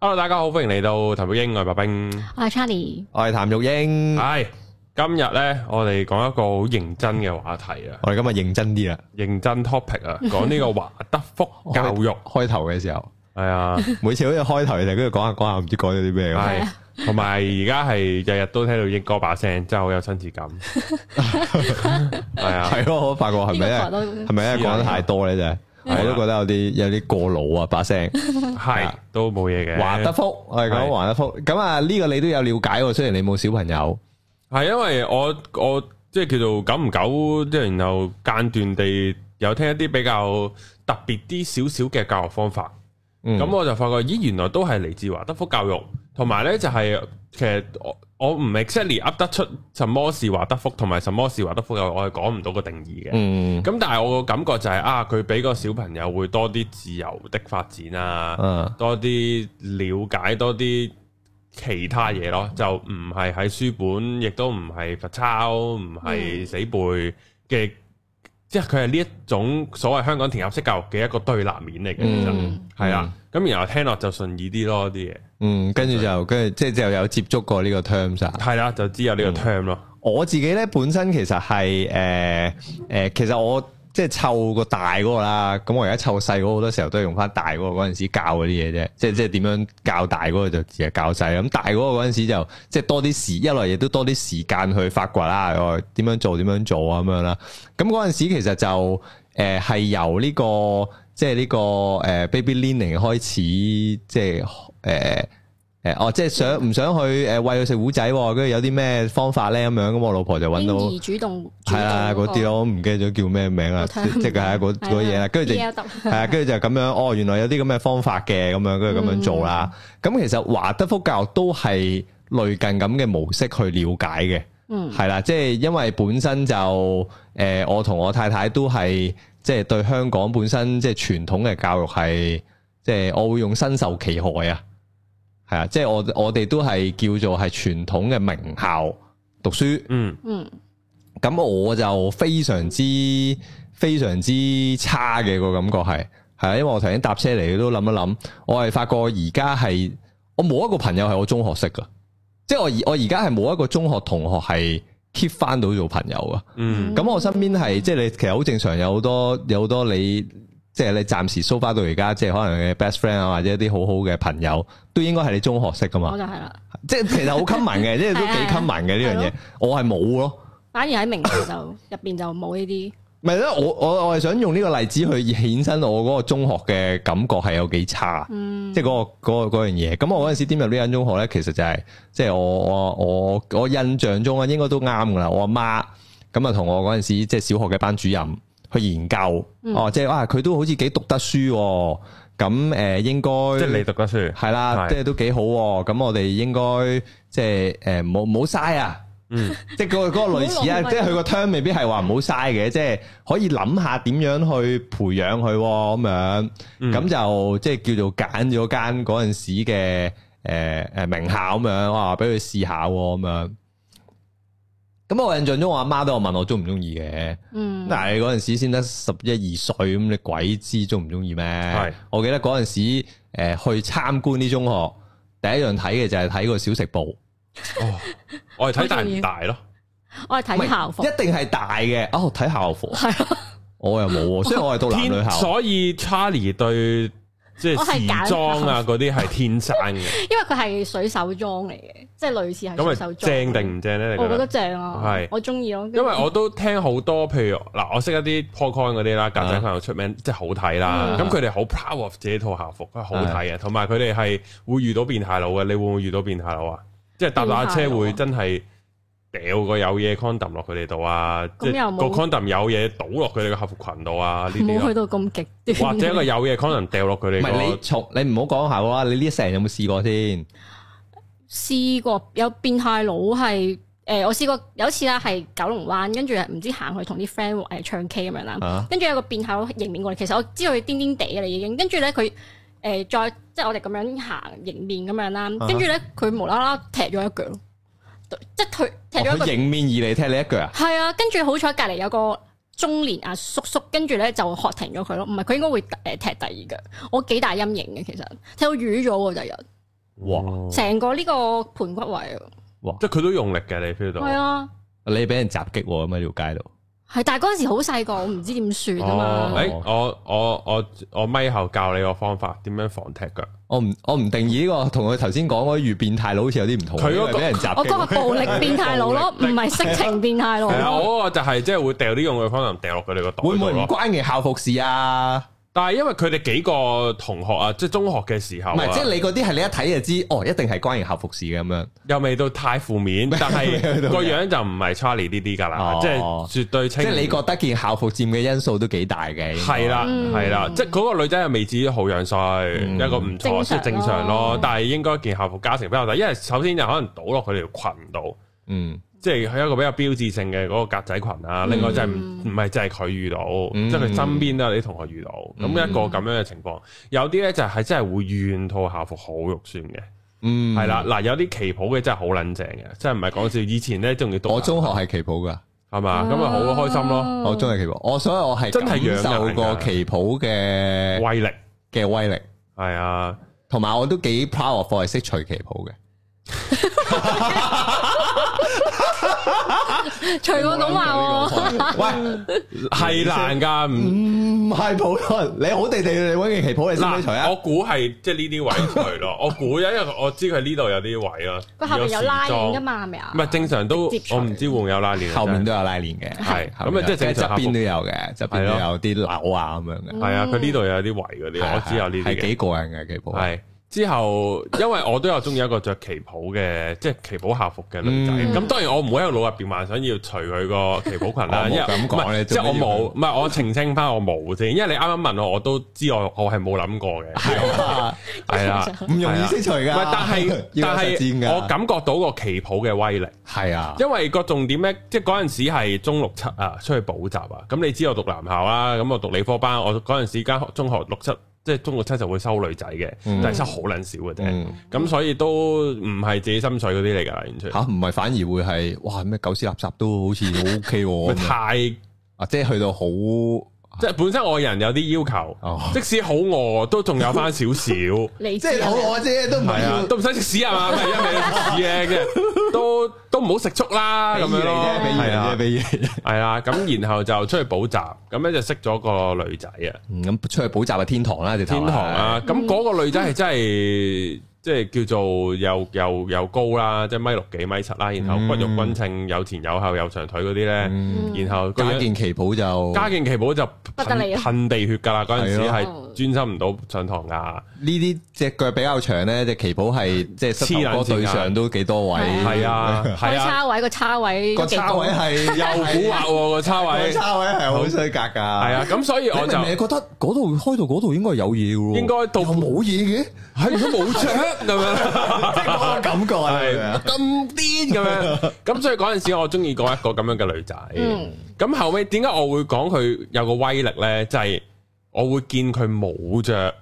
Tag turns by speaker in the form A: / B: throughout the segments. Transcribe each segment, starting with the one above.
A: hello，大家好，歡迎嚟到談育鷹，我係白冰。
B: 我係啊 Charlie，
C: 我係譚玉英，
A: 係今日咧，我哋講一個好認真嘅話題 啊，
C: 我哋今日認真啲 啦。
A: 認真 topic 啊，講呢個華德福教 育
C: 開頭嘅時候，
A: 係啊，
C: 每次好似開頭嘅時候，跟住講下講下，唔知講咗啲咩咁。
A: 係同埋而家係日日都聽到英哥把聲，真係好有親切 感。係啊，
C: 係咯，我發覺係咪
B: 呢個台
C: 咧？
B: 都
C: 係咪咧講得太多咧？真係，
A: 係
C: 我都覺得有啲有啲過腦啊把聲。
A: 係都冇嘢嘅。
C: 華德福，我哋
A: 係
C: 講華德福。咁啊，呢個你都有了解喎，雖然你冇小朋友，
A: 係因為我我即係叫做久唔久，即係然後間斷地有聽一啲比較特別啲少少嘅教學方法。
C: 嗯
A: 咁、我就發覺，咦，原來都係嚟自華德福教育，同埋呢就係、其實我我唔 exactly up 得出什麼是華德福，同埋什麼是華德福教育，我係講唔到個定義嘅。
C: 嗯
A: 咁、但係我個感覺就係、啊，佢俾個小朋友會多啲自由的發展啊，
C: 嗯
A: 多啲了解多啲其他嘢咯，就唔係喺書本，亦都唔係罰抄，唔係死背嘅，即係佢係呢一種所謂香港填鴨式教育嘅一個對立面嚟嘅，其實。
C: 嗯
A: 係啊，咁然後聽落就順耳啲咯啲嘢，
C: 嗯，跟住就跟住即係就有接觸過呢個 terms 啊。
A: 係啦，就知有呢個 term 咯，
C: 我自己咧本身其實係誒誒，其實我即係湊個大嗰個啦，咁我而家湊細嗰個好多時候都係用翻大嗰個嗰陣時教嗰啲嘢啫，即係即係點樣教大嗰個就只係教細，咁大嗰個嗰陣時就即係多啲時，一來亦都多啲時間去發掘啦，我點樣做點樣做啊咁樣啦，咁嗰陣時其實就誒係、由呢、個即係呢、個誒、呃 baby leaning 開始，即係誒。呃誒哦，即係想唔想去誒喂佢食糊仔喎，跟住有啲咩方法咧咁樣，咁我老婆就揾
B: 嬰
C: 到
B: 兒主動
C: 係啦 嗰啲，咯，我唔記得咗叫咩名啦，
B: 我
C: 即
B: 睇下
C: 即係係嗰嗰嘢啦，跟住就
B: 就
C: 係啊，跟住就咁樣，哦，原來有啲咁嘅方法嘅，咁樣跟住咁樣做啦。咁、其實華德福教育都係類近咁嘅模式去了解嘅。
B: 嗯
C: 係啦，即係因為本身就誒、呃我同我太太都係即係對香港本身即係傳統嘅教育係，即係我會用身受其害啊，係啊，即係我我哋都係叫做係傳統嘅名校讀書，
A: 嗯，
B: 嗯
C: 咁我就非常之非常之差嘅個感覺係，係啊，因為我頭先搭車嚟都諗一諗，我係發覺而家係我冇一個朋友係我中學識噶，即係我而我而家係冇一個中學同學係 keep 翻到做朋友噶。
A: 嗯，
C: 咁我身邊係即係你其實好正常，有好多有好多你即係你暫時 so far 到而家，即係可能你嘅 best friend 啊，或者一啲好好嘅朋友，都應該係你中學識噶
B: 我
C: 嘛。
B: 就係啦，
C: 即係其實好 common 嘅，即係都幾
B: 係係
C: common 嘅呢樣
B: 係
C: 嘢
B: 咯。
C: 我係冇咯。
B: 反而喺名校 就入邊就冇呢啲，
C: 唔係咧，我我我係想用呢個例子去衍生我嗰個中學嘅感覺係有幾差，
B: 嗯，
C: 即係嗰、個嗰、個嗰樣嘢。咁我嗰陣時點入呢間中學咧，其實就係、即係我我我我印象中啊，應該都啱噶啦。我阿媽咁啊，同我嗰陣時即係小學嘅班主任去研究，
B: 嗯
C: 哦，即係啊，佢都好似幾讀得書喎。咁誒、呃，應該
A: 即係你讀得書，
C: 係啦，
A: 係
C: 即係都幾好喎。咁我哋應該即係誒，唔好唔好嘥啊！
A: 嗯，
C: 即係 嗰個嗰個類似啊，
B: 唔好浪費
C: 即係佢個 term 未必係話唔好嘥嘅，即係可以諗下點樣去培養佢喎咁樣，
A: 嗯
C: 咁就即係叫做揀咗間嗰陣時嘅誒誒名校咁樣，哇，俾佢試下喎咁樣。咁我印象中，我阿媽都有問我中唔中意嘅。
B: 嗯
C: 但係嗰陣時先得十一二歲，咁你鬼知中唔中意咩？
A: 係
C: 我記得嗰陣時，呃去參觀啲中學，第一樣睇嘅就係睇個小食部。
A: 哦，我係睇大唔大咯，
B: 我係
C: 唔
B: 睇
C: 係
B: 校服，
C: 一定係大嘅。哦，睇校服，
B: 啊
C: 我又冇喎，雖然我係讀男女
A: 天，
C: 校，
A: 所以 Charlie 對即
B: 我
A: 係
B: 係揀
A: 時裝啊嗰啲係天生嘅，
B: 因為佢係水手裝嚟嘅，即係類似係水
A: 咁
B: 手
A: 啊
B: 裝。
A: 正定唔正咧？你
B: 我
A: 覺
B: 覺得
A: 得？
B: 正啊，
A: 係
B: 我中意咯。
A: 因為我都聽好多，譬如嗱，我識一啲 Pocon 嗰啲啦，格仔
C: 啊
A: 朋友出名，即係好睇啦。
C: 嗯
A: 咁佢哋好 proud of 自己套校服，佢好睇嘅，同埋佢哋係會遇到變態佬嘅。你會唔會遇到變態佬啊？即係搭搭下
B: 變態
A: 車
B: 佬啊
A: 會真係掉個有嘢 condom 落佢哋度啊，即
B: 咁又
A: 係
B: 冇
A: 個 condom 有嘢倒落佢哋嘅校服裙度啊，呢啲
B: 唔好去
A: 咯
B: 到咁極端，
A: 或者一個有嘢 condom 掉落佢
C: 唔
A: 哋
C: 係
A: 個
C: 你。從你唔好講校啊，你呢一世人有冇試過先？
B: 試過有變態佬係誒，我試過有一次啦，係九龍灣，跟住唔知行去同啲 friend 誒唱 K 咁樣啦
C: 啊，
B: 跟住有個變態佬迎面過嚟，其實我知道佢癲癲地嘅啦已經，跟住咧佢誒再即係我哋咁樣行迎面咁樣啦，
A: 啊
B: 跟住咧佢無啦啦踢咗一腳咯，即係佢踢
A: 哦
B: 咗一個
C: 哦佢迎面而嚟踢你一腳啊！
B: 係啊，跟住好彩隔離有個中年阿叔叔，跟住咧就喝呃
A: 哦
B: 停咗佢咯。唔係佢應該會誒踢第二腳，我幾大陰影嘅其實，踢到瘀咗喎就有。
C: 哇！
B: 成個呢個盤骨位，
A: 即係佢都用力嘅，你 feel 到
B: 係啊，
C: 你俾人襲擊喎，咁喺條街度，
B: 係，但係嗰陣時好細個，我唔知點算啊
A: 哦，
B: 嘛。
A: 诶，我我我我咪後教你個方法，點樣防踢腳？
C: 我唔我唔定義呢個同佢頭先講嗰啲遇變態佬好似有啲唔同，
A: 佢嗰個
C: 因為俾人襲
B: 我嗰個
C: 擊，
B: 暴力 變態佬咯，唔係色情變態
C: 哦
B: 佬
A: 係啊，
B: 咯。
A: 我嗰個就係即係會掉啲用嘅方法掉落佢哋個袋
C: 會唔會
A: 度咯。
C: 唔關件校服事啊？
A: 但係因為佢哋幾個同學啊，即係中學嘅時候
C: 唔係，即
A: 啊，
C: 係你嗰啲係你一睇就知，哦，一定係關件校服事嘅咁樣。
A: 又未到太負面，但係
C: 未到嘅
A: 個樣就唔係 Charlie 呢啲㗎啦
C: 哦，
A: 即係絕對
C: 即
A: 清。
C: 係你覺得件校服佔嘅因素都幾大嘅，應該
A: 係啦，
B: 嗯
A: 係啦，即係嗰個女仔又未至於好樣衰，
C: 嗯哦
A: 一個唔錯，
B: 正常
A: 即係正常咯
B: 咯。
A: 但係應該件校服加成比較大，因為首先就可能倒落佢哋條裙度，
C: 嗯
A: 即係佢一個比較標誌性嘅嗰個格仔裙啊。另外就係唔
B: 嗯
A: 唔係就係佢遇到，
C: 嗯
A: 即係佢身邊都有啲同學遇到，咁
C: 嗯
A: 一個咁樣嘅情況。有啲咧就係真係會怨套校服好肉酸嘅，
C: 嗯，
A: 係啦。嗱，有啲旗袍嘅真係好撚正嘅，真係唔係講笑。以前咧仲要讀
C: 我中學係旗袍噶，
A: 係
B: 啊
A: 嘛，啊咁咪好開心咯，
B: 哦
C: 我中意旗袍，我所以我係
A: 真係養人
C: 感受過
A: 㗎
C: 旗袍嘅
A: 威力
C: 嘅威力，
A: 係啊。
C: 同埋我都幾 proud of 我係識除旗袍嘅。
B: 除我講話喎，
C: 喂，
A: 係難㗎，
C: 嗯
A: 唔
C: 唔係普通人，你好地地你揾件旗袍你先唔除
A: 嗱，
C: 啊
A: 我？估係即係呢啲位除咯，我 估因為我知佢呢度有啲位咯，
B: 佢下面有拉鏈噶
A: 㗎，
B: 嘛，係咪啊？
A: 唔係正常都
B: 直接除
A: 我唔知會唔會有拉鏈啊，
C: 後面都有拉鏈嘅，
A: 係
C: 後面
A: 咁啊即係
C: 有
A: 正常
C: 側邊都有嘅，側邊
A: 係
C: 都
A: 咯
C: 有啲紐啊咁樣嘅。
A: 真
B: 哦
A: 係係啊，佢呢度有啲位嗰啲，我知有呢啲
C: 係
A: 嘅，
C: 幾啊過癮嘅旗袍。
A: 係之後因為我都有中意一個着旗袍嘅，即係旗袍校服嘅女仔，
C: 嗯
A: 咁當然我唔會喺個腦入邊幻想要除佢 個旗袍裙啦，
C: 我冇
A: 因為
C: 咁
A: 唔
C: 講
A: 係
C: 你
A: 即係
C: 做
A: 我
C: 咩要
A: 冇，唔係我澄清翻我冇先，因為你啱啱問我，我都知我我係冇諗過 嘅，
C: 啊
A: 係啦。
B: 正常
C: 唔容易先除
A: 唔係
C: 㗎。
A: 啊但 係但係我
C: 係
A: 感覺到個旗袍嘅威力。
C: 係啊，
A: 因為個重點咧，即係嗰陣時係中六七啊，出去補習啊。咁你知我讀男校啦，咁我讀理科班，我嗰陣時間中學六七，即係中六七就會收女仔嘅，
C: 嗯
A: 但係收好撚少嘅啫。
C: 嗯
A: 咁所以都唔係自己心水嗰啲嚟㗎，完全
C: 吓唔係反而會係哇咩狗屎垃圾都好似好 OK 喎
A: 咪
C: 咁樣
A: 太即
C: 啊，即係去到好
A: 係本身我人有啲要求，
C: 哦
A: 即使好餓都仲有翻少 少，
B: 你
C: 即
B: 知
C: 係
B: 啊
C: 好我啫，都唔
A: 係啊，
C: 係
A: 都唔使食屎啊 嘛，咪因為你食屎嘅，即係都都唔好食粥啦咁
C: 要
A: 樣咯，
C: 俾
A: 係啊
C: 嘢啫，俾嘢啫，俾嘢啫。
A: 係啦，咁然後就出去補習，咁咧就識咗個女仔啊。
C: 嗯咁出去補習啊，天堂啦，直頭
A: 天堂啊！咁嗰個女仔係 真係即係叫做又又又高啦，即係米六幾米七啦，然後
C: 嗯
A: 骨肉均稱，有前有後，有長腿嗰啲
C: 係。
A: 咧，
C: 嗯
A: 然後個
C: 加
A: 樣
C: 件旗袍就
A: 家境旗袍就
B: 不得
A: 噴
B: 了
A: 噴地血㗎啦，嗰陣時
B: 係
A: 係
B: 咯
A: 專心唔到上堂㗎，
C: 呢啲隻腳比較長咧，隻旗袍係即係膝頭哥對上都幾多位，
B: 嗯
A: 係啊係
B: 開
A: 啊，
B: 叉位個叉位
C: 個叉位係
A: 又古惑喎個叉
C: 個
A: 位，係
C: 叉位係好衰格㗎，係
A: 啊，咁所以我
C: 我
A: 就
C: 就你覺得嗰度開到嗰度應該有嘢喎，
A: 應該到
C: 又冇嘢嘅，
A: 係如果冇着咁樣。
C: 即係嗰個感覺
A: 係
C: 係
A: 咁癲咁樣，咁所以嗰陣時我中意過一個咁樣嘅女仔。
B: 嗯
A: 咁、後尾點解我會講佢有個威力呢？就係、我會見佢冇着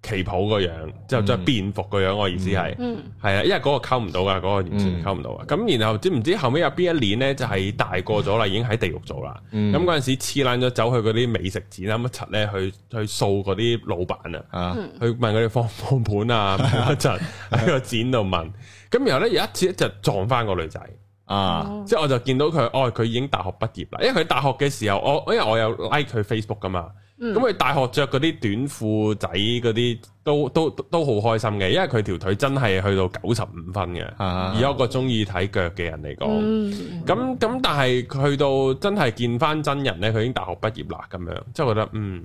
A: 旗袍個樣，就着便服個樣。我意思係
B: 嗯
A: 係啊，因為嗰個溝唔到噶，嗰、個完全溝唔到啊。咁、然後知唔知後尾有邊一年呢？就係、大個咗啦，已經喺地獄做啦。
C: 嗯
A: 咁嗰陣時黐爛咗走去嗰啲美食展啊乜柒呢？去 去掃嗰啲老闆啊。
C: 啊，
A: 去問佢哋放唔放盤啊，嗰陣喺個展度問，咁然後咧有一次咧就撞翻個女仔，
C: 啊，
A: 即係我就見到佢，哦佢已經大學畢業啦，因為佢大學嘅時候，我因為我有 like 佢 Facebook 噶嘛，咁佢大學着嗰啲短褲仔嗰啲都都都都好開心嘅，因為佢條腿真係去到九十五分嘅，
C: 啊
A: 以一個中意睇腳嘅人嚟講。
B: 嗯，
A: 咁咁，但係去到真係見翻真人咧，佢已經大學畢業啦，咁樣，即係覺得嗯，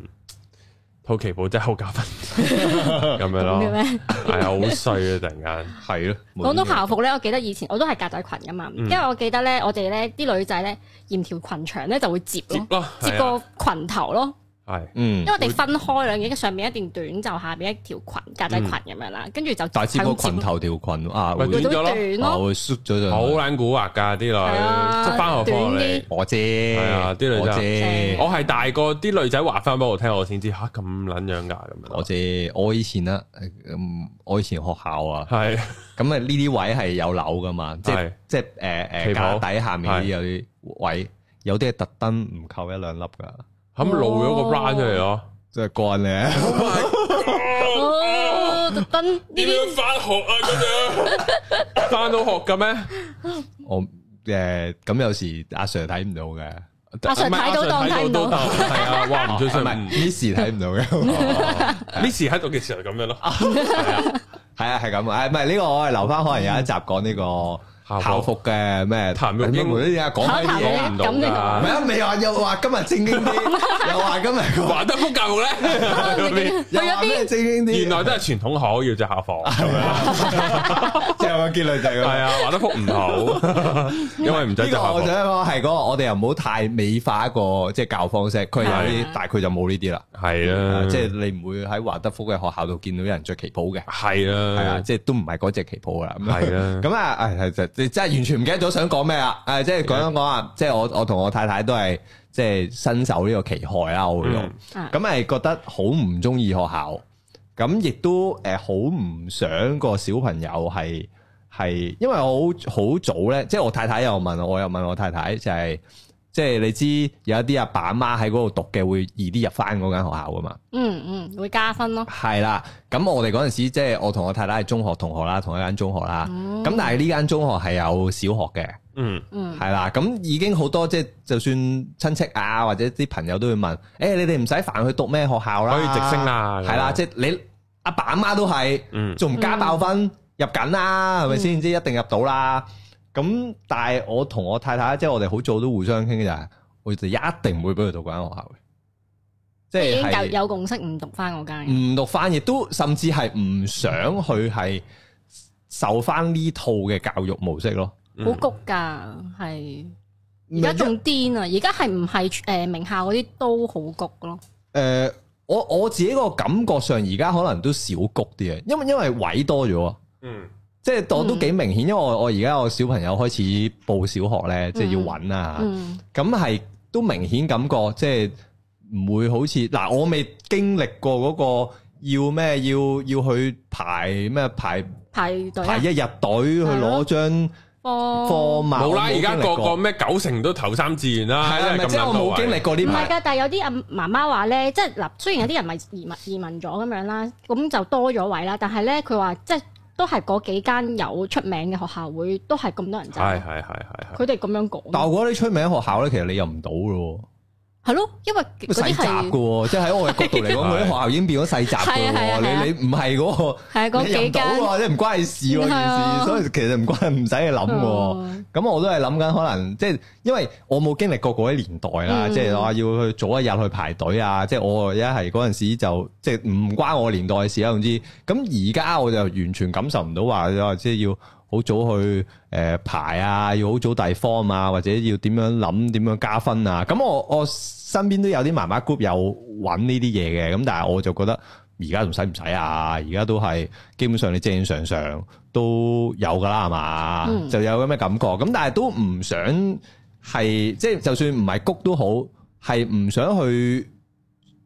A: 套旗袍真係好加分，咁樣
B: 咁嘅
A: 咯，
B: 咩？
A: 係啊，好衰啊！突然間，
C: 係咯，
B: 講到校服咧，我記得以前我都係格仔裙噶
A: 嗯
B: 嘛，因為我記得咧，我哋咧啲女仔咧嫌條裙長咧就會摺
A: 接
B: 咯，
A: 咯，
B: 摺
A: 係
B: 個裙頭咯，
A: 啊，係
C: 嗯
B: 因為，我哋分開兩嘢，上面一段短袖，下面一條裙格仔裙咁樣
A: 嗯
B: 啦，跟住就
C: 但係接個
B: 肯摺
C: 裙頭條裙啊，
A: 咪
C: 會
B: 會
A: 短咗
B: 到
A: 咯
B: 短
C: 啊
B: 咯，
C: 會縮咗就
A: 好撚古惑㗎啲女，
B: 啊
A: 即係翻學
B: 短
A: 課
B: 啲
A: 嚟。
C: 我啫，
A: 係啊啲女
C: 我
A: 真
C: 啫
B: 係。
A: 我係大個啲女仔話翻俾我聽，我先知吓咁撚樣㗎咁樣
C: 我
A: 咯，
C: 啫，我以前啦，嗯我以前學校啊，
A: 係
C: 咁啊呢啲位係有樓噶嘛，即係
A: 係
C: 即係誒
A: 旗
C: 誒
A: 袍
C: 架底下面
A: 係
C: 啲有啲位，有啲係特登唔扣一兩粒噶，
B: 哦
A: 咁露咗個 bra 出嚟咯，
C: 即係乾咧。
B: 哦，登呢
A: 點樣
B: 啲
A: 翻學啊？咁 樣翻到學嘅咩？
C: 我诶咁有時阿 Sir 睇唔到嘅，
B: 阿 Sir
A: 唔係
B: 睇到當睇唔到
A: 都當係 啊！哇，唔最信
C: 哦唔
A: 唔
C: 係 Miss 睇唔到嘅，
A: 呢時喺度嘅時候就咁樣咯。
C: 係啊係咁啊，誒唔係呢個我係留翻可能有一集講呢個校
A: 校
C: 服嘅咩
A: 譚玉英
C: 無端端講
B: 嚇
C: 呢啲
B: 譚玉
C: 嘢
A: 講
B: 英。
A: 唔到
B: 咁你
C: 唔係
A: 㗎，
C: 啊，未話又話今日正 經啲，又話今日個
A: 華德福教育咧，
B: 去
C: 又
B: 咗
C: 話咩
B: 邊？
C: 正經啲，
A: 原來都係傳統好要着校服咁樣。
C: 即係個結論就係咁。
A: 係啊，華德福唔好， 因為唔准
C: 呢
A: 着
C: 個
A: 校
C: 我
A: 服
C: 想。講係嗰個，我哋又唔好太美化一個即係教育方式，佢有啲，
B: 係
C: 但係佢就冇呢啲啦。啊
A: 係啊啦，
C: 即係你唔會喺華德福嘅學校度見到有人着旗袍嘅，
A: 係
C: 係啊，
A: 啦，
C: 即係都唔係嗰只旗袍噶啦。咁樣
A: 係啦。
C: 咁啊，唉係就即係完全唔記得咗想講咩啦。誒，即係講一講啊，即係我我同我太太都係即係新手呢個期害啦，我會用。
B: 嗯
C: 咁係覺得好唔中意學校，咁亦都誒好唔想個小朋友係係，因為我好好早咧，即係我太太又問我，我又問我太太就係、即係你知有一啲阿爸阿媽喺嗰度讀嘅，會易啲入翻嗰間學校噶嘛。
B: 嗯嗯，會加分咯。
C: 係啦，咁我哋嗰陣時即係我同我太太係中學同學啦，同一間中學啦。咁、但係呢間中學係有小學嘅，
A: 嗯，
B: 哦嗯，
C: 係啦。咁已經好多即係就算親戚啊或者啲朋友都會問：，誒、你哋唔使煩去讀咩學校啦，
A: 可以直升啊啦。
C: 係啦，即係你阿爸阿媽都係，
A: 嗯
C: 仲唔加爆分入緊
B: 嗯
C: 啦，係咪先？即係一定入到啦。咁但係我同我太太，即係我哋好早都互相傾嘅就係，我哋一定唔會俾佢讀嗰間學校嘅，
B: 即
C: 即
B: 係已經
C: 係
B: 有有共識唔讀翻嗰間嘅。
C: 唔讀翻，亦都甚至係唔想去係受翻呢套嘅教育模式咯。
A: 嗯
B: 好谷噶，係
C: 嗯
B: 而家仲癲啊！而家係唔係誒名校嗰啲都好谷咯？
C: 诶、呃我我自己個感覺上，而家可能都少谷啲啊，因為因為位多咗啊。
A: 嗯
C: 即係我都幾明顯，因為我我而家我小朋友開始報小學咧，即係要揾啊，
B: 嗯，
C: 咁係、都明顯感覺即係唔會好似嗱，我未經歷過嗰個要咩要要去排咩排
B: 排隊
C: 排
B: 啊
C: 一日隊去攞張
B: 科
C: 科貌，
A: 哦冇啦，
C: 我
A: 而
C: 冇
A: 家
C: 經歷
A: 個個
C: 過
A: 咩九成都頭三志願啦，
C: 係
A: 真係
C: 啦，咪
A: 咁
C: 即係我冇經歷過呢
B: 唔係
C: 排，
B: 㗎，但係有啲阿媽媽話咧，即係嗱，雖然有啲人咪移民移民咗咁樣啦，咁就多咗位啦，但係咧佢話即係都係嗰幾間有出名嘅學校會都係咁多人走，
A: 係係係係係
B: 佢哋咁樣講，
C: 但我覺得啲出名學校咧，其實你入唔到咯
B: 係咯，因為嗰
C: 喎，細
B: 啲
C: 集嘅
B: 係
C: 喎， 即係喺我嘅角度嚟講，嗰啲
A: 係
C: 學校已經變咗細集
B: 係
C: 嘅
B: 啊係啊係啊
C: 喎，你你唔係嗰個。
B: 係啊嗰
C: 你入
B: 幾
C: 唔到啊
B: 間。
C: 喎，即係唔關你事喎
B: 係
C: 件
B: 啊
C: 事，所以其實唔關唔使你諗喎。
B: 嗯
C: 咁我都係諗緊，可能即係因為我冇經歷過嗰啲年代啦，
B: 嗯
C: 即係話要去早一日去排隊啊，即係我一係嗰陣時就即係唔關我年代嘅事啦，總之咁而家我就完全感受唔到話即係要好早去誒、呃排啊，要好早遞 form 啊，或者要點樣諗點樣加分啊。咁我我身邊都有啲媽媽 group 有揾呢啲嘢嘅，咁但係我就覺得。而家仲使唔使啊？而家都係基本上你正正常常都有噶啦，係嘛？
B: 嗯
C: 就有咁嘅感覺。咁但係都唔想係即係，就算唔係谷都好，係唔想去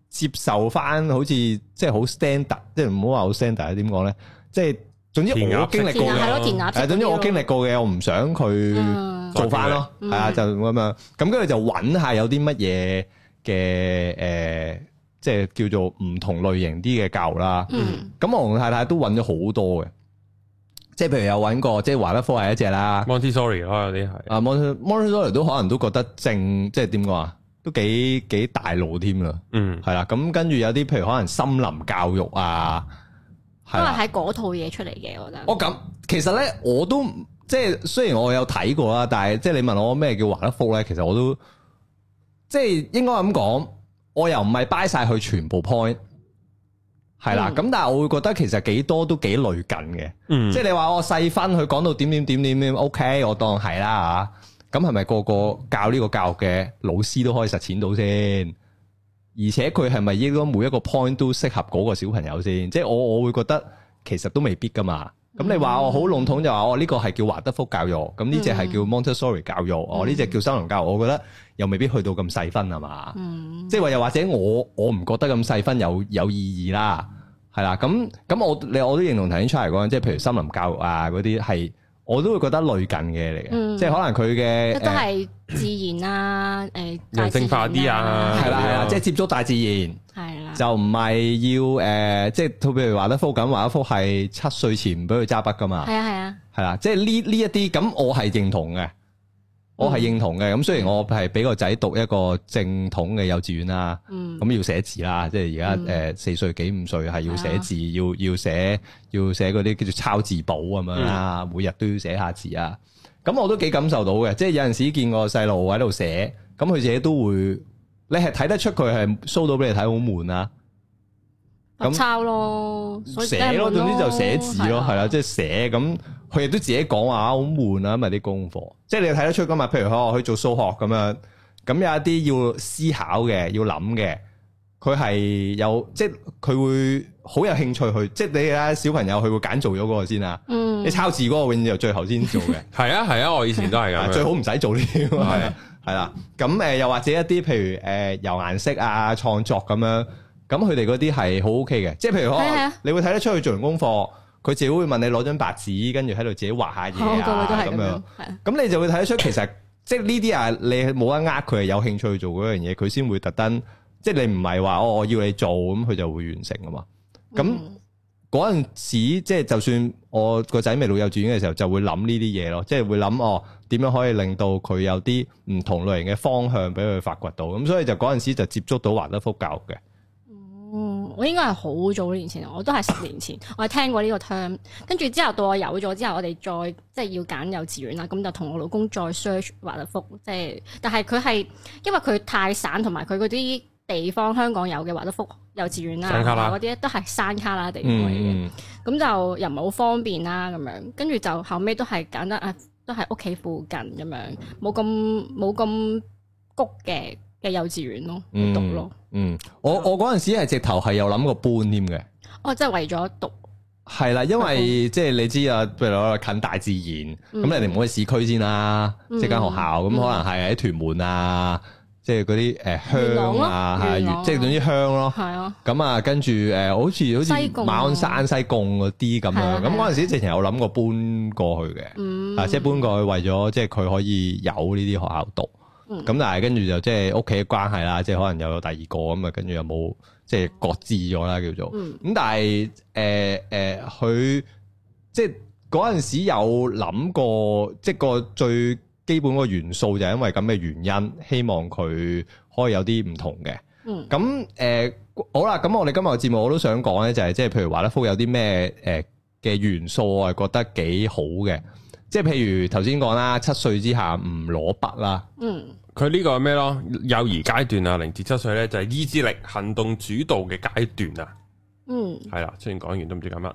C: 接受翻好似即係好 standard，即係唔好話好 standard 點講咧？即係總之
A: 填鴨式
C: 我經歷
B: 填
C: 過
B: 鴨係
C: 嘅，
B: 咯，填鴨式嗰啲咯。
C: 誒總之我經歷過嘅，我唔想佢
B: 嗯
C: 做翻咯，
B: 嗯
C: 係啊，就咁樣。咁跟住就揾下有啲乜嘢嘅誒，即係叫做唔同類型啲嘅教育啦。
B: 嗯
C: 咁我同太太都揾咗好多嘅，即係譬如有揾過，即係華德福係一隻啦，
A: Montessori 咯，有啲係
C: 啊 Mont Montessori 都可能都覺得正，即係點講啊，都幾幾大路添啦，
A: 嗯
C: 係啦。咁跟住有啲譬如可能森林教育啊，係
B: 都係
C: 啦。
B: 喺嗰套嘢出嚟嘅，我覺得。
C: 我哦咁其實咧我都唔即係雖然我有睇過啦，但係即係你問我咩叫華德福咧，其實我都即係應該咁講，我又唔係 buy 晒佢全部 point，係啦。
B: 嗯
C: 咁、但係我會覺得其實幾多都幾類近嘅。
A: 嗯，
C: 即係你話我細分佢講到點點點點點，OK，我當係啦啊嚇。咁係咪個個教呢個教育嘅老師都可以實踐到先？而且佢係咪應該每一個 point 都適合嗰個小朋友先？即係我我會覺得其實都未必噶嘛。咁你話哦我好籠統就話我呢個係叫華德福教育，咁呢只係叫 Montessori 教育，哦呢只叫森林教育，我覺得又未必去到咁細分係嘛？
B: 嗯，
C: 即係話又或者我我唔覺得咁細分有有意義啦，係啦，咁咁我你我都認同頭先出嚟講，即係譬如森林教育啊嗰啲係我都會覺得類近嘅嚟嘅，
B: 嗯
C: 即係可能佢嘅
B: 都係自然啊，誒
A: 人性化啲啊
C: 係啦係啦，
A: 嗯
C: 即係接觸大自然。
B: 係啦，
C: 就唔係要诶，即係譬如華德福咁，華德福係七歲前唔俾佢揸筆噶嘛，
B: 係啊係嗯啊，
C: 係啦，即係呢呢一啲咁，我係認同嘅，我係認同嘅。咁雖然我係俾個仔讀一個正統嘅幼稚園啦，
B: 嗯，
C: 咁要寫字啦，即係
B: 嗯
C: 而
B: 啊
C: 家诶四歲幾五歲係要寫字，要要寫要寫嗰啲叫做抄字簿咁樣啦，每日都要寫下字啊。咁我都幾感受到嘅，即係有陣時見個細路喺度寫，咁佢自己都會，你係睇得出佢係 show 到俾你睇好悶啊。咁
B: 咁抄咯，所以
C: 寫咯，
B: 梗係
C: 總
B: 悶
C: 之就寫字咯，係
B: 係
C: 啦，
B: 啊
C: 即係寫咁，佢亦都自己講話啊好悶啊，因為啲功課，即係你睇得出噶嘛。譬如我去做數學咁樣，咁有一啲要思考嘅，要諗嘅，佢係有即係佢會好有興趣去，即係你啊小朋友佢會揀做咗嗰個先啊，
B: 嗯
C: 你，抄字嗰個永遠就最後先做嘅。
A: 系啊系啊，我以前都系
C: 啊
A: 咁
C: 最
A: 樣，
C: 好唔使做呢
A: 係
C: 啲喎，係啦。咁誒又或者一啲譬如誒油顏色啊、創作咁樣，咁佢哋嗰啲係好 OK 嘅，即係譬如可
B: 係
C: 能
B: 啊
C: 你會睇得出佢做完功課，佢自己會問你攞張白紙，跟住喺度自己畫下嘢
B: 好個個都
C: 啊
B: 係咁
C: 咁樣
B: 樣，，係啊
C: 咁你就會睇得出其實即係呢啲啊，你冇得呃佢係有興趣去做嗰樣嘢，佢先會特登，即係你唔係話哦我要你做咁，佢就會完成啊嘛。咁
B: 嗯
C: 嗰陣時，即係就算我個仔未到幼稚園嘅時候，就會諗呢啲嘢咯，即係會諗哦點樣可以令到佢有啲唔同類型嘅方向俾佢發掘到，咁所以就嗰陣時就接觸到華德福教育嘅，
B: 嗯我應該係好早年前，我都係十年前， 我係聽過呢個 term。跟住之後到我有咗之後，我哋再即係要揀幼稚園啦，咁就同我老公再 search 華德福，即係但係佢係因為佢太散，同埋佢嗰啲地方香港有嘅華德福幼稚園啦，
A: 山卡拉
B: 嗰啲咧都係山卡拉地方嚟嘅。
C: 嗯，
B: 咁就又唔係好方便啦，咁樣跟住就後尾都係簡單啊，都係屋企附近咁樣，冇咁冇咁谷嘅嘅幼稚園咯，
C: 嗯
B: 讀咯，，
C: 嗯，我我嗰陣時係直頭係有諗過搬添嘅。
B: 哦，即係為咗讀，
C: 係啦，因 為即係你知啊，譬如我近大自然，咁、
B: 嗯
C: 你哋唔好去市區先啦，
B: 嗯
C: 即係間學校咁，
B: 嗯
C: 可能係喺屯門啊，即係嗰啲誒
B: 元
C: 鄉
B: 朗咯
C: 啊，係
B: 元朗啊
C: 即係總之鄉咯。
B: 係啊，
C: 咁啊，跟住誒、呃好似好似
B: 西貢啊
C: 馬鞍山西貢嗰啲咁
B: 係
C: 樣，
B: 啊
C: 咁
B: 係
C: 嗰
B: 啊
C: 陣時直情有諗過搬過去嘅，
B: 嗯，
C: 啊，即係搬過去為咗即係佢可以有呢啲學校讀，
B: 嗯
C: 咁、但係跟住就即係屋企嘅關係啦，即係可能又有第二個咁啊，跟住又冇即係各自咗啦叫做，
B: 嗯
C: 咁但係誒誒佢即係嗰陣時有諗過，即係個最基本個元素就係因為咁嘅原因，希望佢可以有啲唔同嘅。
B: 嗯
C: 咁誒、好啦，咁我哋今日嘅節目我都想講咧，就係即係譬如華德福有啲咩誒嘅元素，我係覺得幾好嘅，即係譬如頭先講啦，七歲之下唔攞筆啦，
B: 嗯
A: 佢呢個係咩咯？幼兒階段啊，零至七歲咧就係意志力行動主導嘅階段啊，
B: 嗯，
A: 係啦，雖然講完都唔知講乜，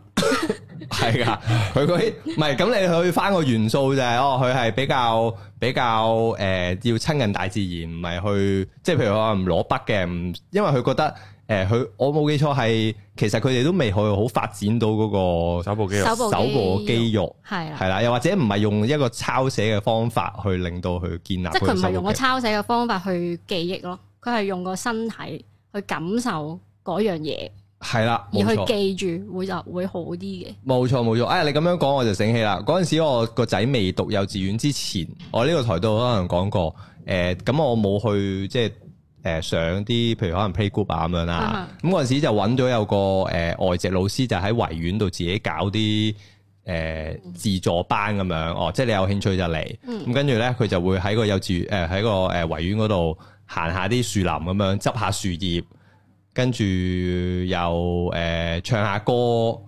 C: 係噶，佢嗰啲唔係咁，你去翻個元素就係、哦，佢係比較比較誒、呃要親近大自然，唔係去即係譬如話唔攞筆嘅，唔因為佢覺得誒佢、我冇記錯係其實佢哋都未去好發展到嗰、
A: 手部肌肉
B: 手
C: 個
B: 部
C: 手部嘅肌肉。
B: 係啦
C: 係，啦，又或者唔係用一個抄寫嘅方法去令到佢建立
B: 即係佢
C: 佢
B: 唔
C: 嘅
B: 係用個
C: 嘅，
B: 抄寫嘅方法去記憶咯，佢係用個身體去感受嗰樣嘢，
C: 係啦，冇
B: 而
C: 錯，
B: 去記住會就會好啲嘅，
C: 冇錯，冇錯。哎，你咁樣講我就醒起啦。嗰陣時我個仔未讀幼稚園之前，我呢個台度可能講過，誒咁我冇去即係誒上啲譬如可能 playgroup 啊咁樣啦
B: 啊。
C: 咁嗰陣時就揾咗有個誒外籍老師就喺維園度自己搞啲誒自助班咁樣，哦，即係你有興趣就嚟。咁
B: 嗯
C: 跟住咧，佢就會喺個幼稚誒喺個誒維園嗰度行下啲樹林咁樣，執下樹葉，跟住又誒、呃唱下歌，